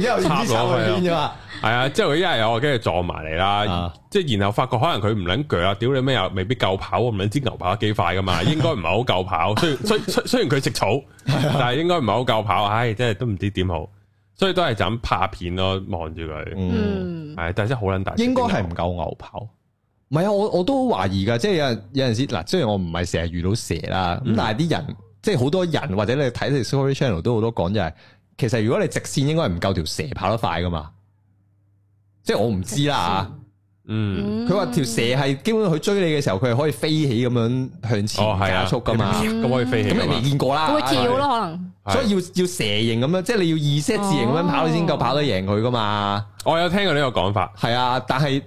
C: 之後唔
A: 插
C: 知手
A: 落
C: 去邊
A: 去
C: 啫
A: 啊，
C: 嘛，
A: 係啊，之後佢一係我驚佢撞埋嚟啦
C: 啊，
A: 即係然後發覺可能佢唔撚鋸啊，屌你咩又未必夠跑，我唔撚知牛跑得幾快噶 嘛，應該唔係好夠跑，雖然雖雖雖然佢食草，
C: 啊
A: 但係應該唔係好夠跑，唉，真係都唔知點好，所以都係就咁拍片咯，望住佢，
C: 嗯，
B: 嗯，
A: 係，但係真係好撚大隻，
C: 應該係唔夠牛跑。唔係啊，我我都懷疑㗎，即係有陣有陣時嗱，雖然我唔係成日遇到蛇啦，咁
A: 嗯
C: 但係啲人即係好多人或者你睇 Discovery Channel 都好多講就係，其實如果你直線應該係唔夠條蛇跑得快噶嘛，即係我唔知啦嚇。
A: 嗯。
B: 嗯
C: 佢話條蛇係基本佢追你嘅時候，佢係可以飛起咁樣向前
A: 哦，係啊，
C: 加速噶嘛。
B: 嗯
A: 咁可以飛起
C: 咁
A: 㗎
C: 你
A: 嘛
C: 未？見過啦，
B: 佢會跳咯，可能，
C: 啊係。所以要要蛇形咁樣，即係你要二 set 字形咁樣跑，
B: 哦
C: 你先夠跑得贏佢噶嘛。
A: 我有聽過呢個講法，
C: 係啊，但係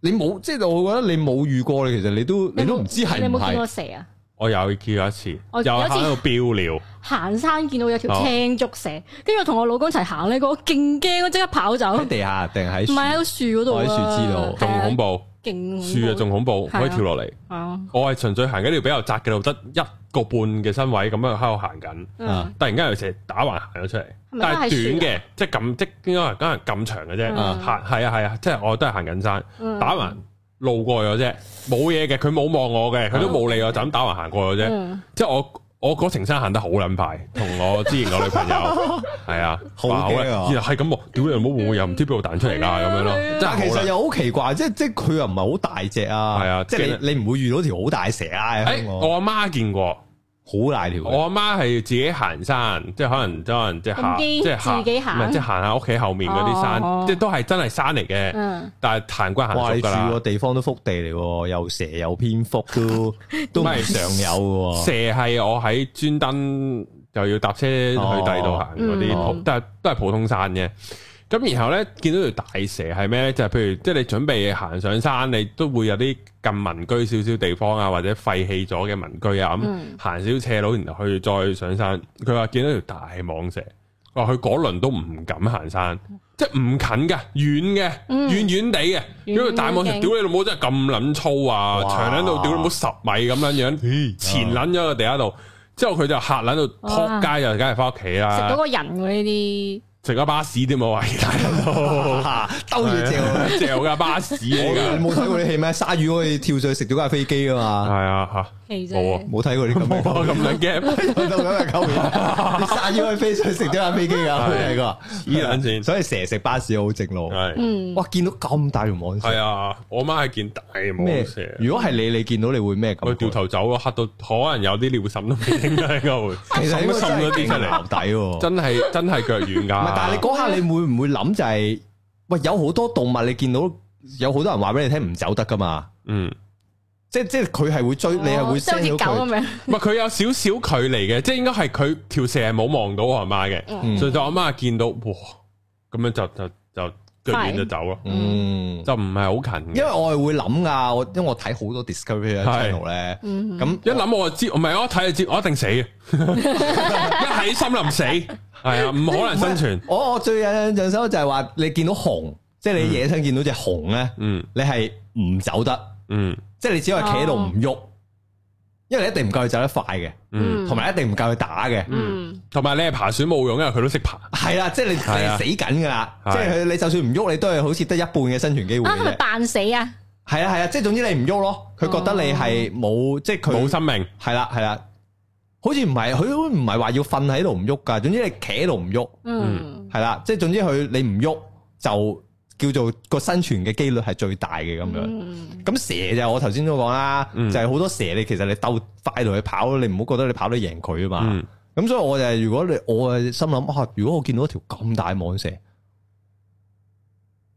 C: 你冇，即係我覺得你冇遇過，你其實你都你都唔知係
B: 你
C: 唔
B: 有冇見過
C: 係。
B: 蛇啊？
A: 我有見過一次，
B: 我
A: 又
B: 有
A: 喺
B: 一次
A: 度飆尿，
B: 行山見到有條
A: 哦
B: 青竹蛇，跟住我同我老公一齊行咧，嗰個勁驚，我即刻跑走，
C: 喺
B: 唔
C: 地下定喺樹
B: 係喺個樹嗰度
C: 我喺樹枝度
B: 啊
A: 仲
B: 係啊
A: 恐怖，
B: 勁
A: 樹啊仲恐怖，
B: 係啊
A: 可以跳落嚟。
B: 係啊，
A: 我係純粹行緊條比較窄嘅路，得一個半嘅身位咁樣喺度行緊，
C: 啊
B: 嗯
A: 突然間有條蛇打橫行咗出嚟，
B: 係咪
A: 但係
B: 都係樹
A: 短
B: 啊
A: 嘅，即係咁即應該係可能咁長嘅啫。
B: 嗯
A: 行係啊係啊，即係我都係行緊山，
B: 嗯
A: 打橫路過咗啫，冇嘢嘅，佢冇望我嘅，佢都冇理我，就咁打橫行過咗啫。
B: 嗯
A: 即係我我嗰程山行得好撚快，同我之前個女 朋友係啊，
C: 好
A: 哇
C: 驚啊
A: 撚然後係咁望，屌你老母，會唔會又唔知邊度彈出嚟㗎咁樣咯，
B: 啊
A: 真係
C: 但
A: 好
C: 其實
A: 撚。
C: 又好奇怪，即係即係佢又唔係好大隻啊，
A: 係啊
C: 即係你你唔會遇到條好大蛇啊，
A: 誒，
C: 喺香港
A: 哎我阿媽見過，
C: 好大條嘅，
A: 我阿媽係自己行山，即係可能可能即係
B: 咁
A: 行，
B: 堅
A: 即係行，
B: 自己行
A: 唔係即係行下屋企後面嗰啲
B: 哦哦
A: 山，即係都係真係山嚟嘅，
B: 嗯，
A: 但係行慣
C: 哇！
A: 行
C: 你
A: 熟
C: 住
A: 㗎
C: 個
A: 啦。
C: 地方都福地嚟喎，又蛇又蝙蝠都都唔
A: 唔係
C: 常有嘅
A: 蛇
C: 喎。
A: 係我喺專登又要搭車去第二度行嗰啲
C: 哦
A: 普，都係都係普通山嘅。咁然後咧，見到條大蛇係咩咧？就係、譬如即係你準備行上山，你都會有啲近民居少少地方啊，或者廢棄咗嘅民居啊，咁、
B: 嗯
A: 行少少斜路，然後去再上山。佢話見到條大蟒蛇，佢話佢嗰輪都唔敢行山，即係唔近㗎，遠嘅，
B: 嗯
A: 遠遠地嘅。因為大蟒蛇
B: 遠遠
A: 屌你老母真係咁撚粗啊，
C: 哇
A: 長喺度屌你老母十米咁樣樣。前捻咗個地下度，之後佢就嚇捻到扑街，就梗係翻屋企
C: 啊
B: 食到
A: 啦，
B: 個人喎呢
A: 食咗巴士添啊！我係大 佬，
C: 兜嘢正啊，
A: 嚼架巴士嚟
C: 你
A: 噶，
C: 冇睇過啲戲咩？鯊魚可以跳上去食咗架飛機啊
A: 係
C: 嘛，
A: 啊吓，
B: 啲氣
A: 冇啊
B: 啫，
C: 冇睇過啲咁嘅
A: 哇咁撚驚，
C: 到咁嘅 溝面，你鯊魚可以飛上去食咗架飛機啊！冇睇過，
A: 黐撚線
C: 所以蛇食巴士好正路。
A: 係
B: 嗯，
C: 哇！見到咁大條蟒
A: 係
C: 蛇，
A: 啊，我媽係見大
C: 咩
A: 蟒蛇，？
C: 如果係你，你見到你會咩感
A: 佢
C: 覺？
A: 掉頭走咯，嚇到可能有啲尿滲都未定啦，應該 會，
C: 其實應該
A: 滲咗啲出
C: 真係
A: 嚟，
C: 牛底喎。
A: 真係啊真係腳軟
C: 唔
A: 㗎。
C: 係，但係你嗰下你會唔會諗就係、喂，有好多動物你見到有好多人話俾你聽唔走得噶嘛？
A: 嗯，
C: 即即係佢係會追，你係
B: 哦
C: 會
B: 即係好
C: send
B: 似
C: 到
B: 狗
C: 佢。
B: 咁樣，
A: 唔係佢有少少距離嘅，即係應該係佢條蛇係冇望到我阿媽嘅。
B: 嗯
A: 所以就我媽見到，哇，咁樣就就就腳軟就走咯，
C: 嗯，
A: 就唔係好近
C: 因為
A: 嘅。
C: 我係會諗噶，我因為我睇好多 Discovery
A: 係
C: Channel 咧，
B: 嗯
C: 咁
A: 一諗我就知，唔係我一睇就知，我一定死嘅。 一喺森林死，係啊，唔可能生存。
C: 我我最印象深刻就係話你見到熊，即係你野生見到只熊咧，
A: 嗯
C: 你係唔走得，
A: 嗯
C: 即係你只可以企喺
B: 哦
C: 度唔喐，因為你一定唔夠佢走得快嘅，
A: 嗯，
C: 同埋一定唔夠佢打嘅。
B: 嗯
A: 同埋你係爬樹冇用，因為佢都識爬。
C: 係啦，即係你
A: 係啊
C: 你死緊噶啦，
A: 係
C: 即係佢你就算唔喐，你都係好似得一半嘅生存機會
B: 啊，
C: 嘅
B: 係咪
C: 啫。
B: 扮死啊？
C: 係啊係啊，即係總之你唔喐咯，佢覺得你
B: 哦
C: 係冇，即係佢
A: 冇生命，
C: 係啦係啦，好似唔係佢都唔係話要瞓喺度唔喐噶，總之你企喺度唔喐，
B: 嗯，
C: 係啦，即係總之佢你唔喐就叫做個生存嘅機率係最大嘅咁樣。
B: 嗯
C: 咁蛇就我頭先都講啦，
A: 嗯
C: 就係好多蛇你其實你鬥快同佢跑，你唔好覺得你跑得贏佢啊嘛。
A: 嗯
C: 咁所以我就係如果你我係心諗啊，如果我見到一條咁大蟒蛇，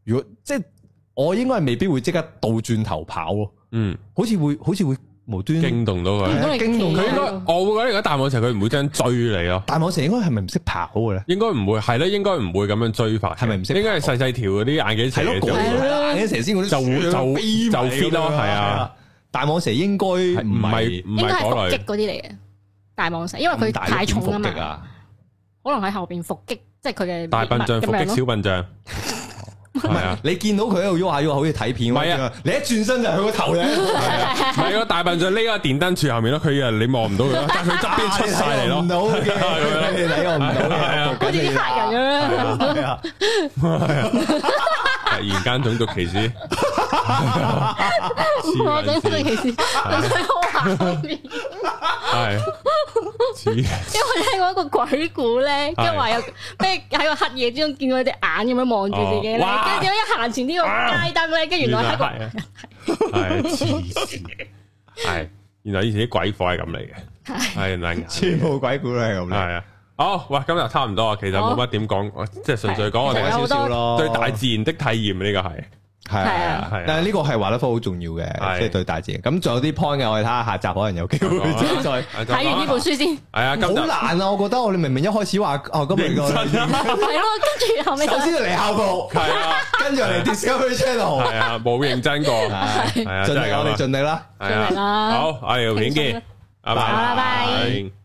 C: 如果即係我應該係未必會即刻倒轉頭跑咯，
A: 嗯，
C: 好似會好似會無端
A: 驚動到
B: 唔
A: 佢。
B: 通你
C: 驚動
A: 佢應
B: 企喺
A: 該
B: 度，
A: 我會覺得如果大蟒蛇佢唔會真追你咯，
C: 大蟒蛇應該係咪唔識跑嘅咧？
A: 應該唔會，係咧，應該唔會咁樣追法嘅，
C: 係咪唔識
A: 應該係細細條嗰啲眼鏡
C: 係
A: 蛇
C: 咯，嗰
A: 就
B: 係
C: 啲
B: 咯
C: 啦眼鏡蛇先嗰啲
A: 就
C: 樹咁樣
A: 就
C: 飛埋嚟
A: 就 fit 咯
C: 咁樣
A: 係啊，
C: 大蟒蛇應該
A: 係
C: 唔
A: 唔係
C: 係
A: 唔
B: 應該
A: 係
B: 係
A: 嗰
B: 伏擊
A: 類，
B: 嗰啲嚟嘅大蟒蛇，因為佢
C: 咁大
B: 太
C: 力
B: 重
C: 點
B: 啊
C: 伏擊
B: 嘛，
C: 啊，
B: 可能喺後邊伏擊，即係佢嘅
A: 大笨象
B: 獵
A: 伏
B: 物咁樣
A: 擊
B: 咯
A: 小笨象，係 啊。
C: 你見到佢喺度喐下喐下，好似睇片咁
A: 唔係
C: 樣，你一轉身就係佢啊個頭咧。
A: 唔係個大笨象匿喺個電燈柱後面咯，佢啊你望唔到 佢咯，但係佢側邊出晒嚟
C: 你睇我
A: 咯，
C: 唔到嘅，
A: 係啊
C: 你睇我唔到
A: 係啊
C: 嘅，
B: 好似啲黑人咁樣。
C: 係啊。
A: 突然間種族歧視，
B: 我
A: 啊黐
B: 整
A: 撚
B: 到
A: 線啊
B: 其實你想好畫面，
A: 係黐
B: 因為聽過一個鬼故咧，跟住話有咩喺個黑夜之中見到佢隻眼咁樣望住自己咧，
A: 哦哇
B: 跟住一行前呢個街燈咧，跟住原來係一個
A: 係係黐線，係原來以前啲鬼火係咁嚟嘅，係原來眼
C: 全部鬼故都係 咁啦。
A: 係啊，好喂，今日差唔多啊，其實冇乜點講，我即係純粹講我
B: 係啊
A: 哋
B: 有好多
C: 咯
A: 對大自然的體驗呢個係
B: 係
C: 係啊
B: 啊
A: 係啊
C: 但係呢個係華德福好重要
A: 係
C: 嘅，即係對哦大自然。咁仲有啲 point 嘅，我哋睇下下集可能有機
A: 再講
C: 會
A: 啊
C: 再。
B: 睇完呢本，書先，
A: 係啊，今
C: 好
A: 日
C: 難啊！我覺得我哋明明一開始話哦，今日個
A: 認真啊，
B: 係咯，跟住後尾就
C: 首先就嚟校服，
A: 係啊，
C: 跟住嚟 Discovery Channel，
A: 係啊，冇認真 過，係啊，
C: 盡
A: 真係
C: 力
A: 咁
C: 我
A: 啊
C: 哋盡力啦。
A: 係啊
B: 盡力啦
A: 好，我哋條片見，拜拜，
B: 好拜拜
A: 拜。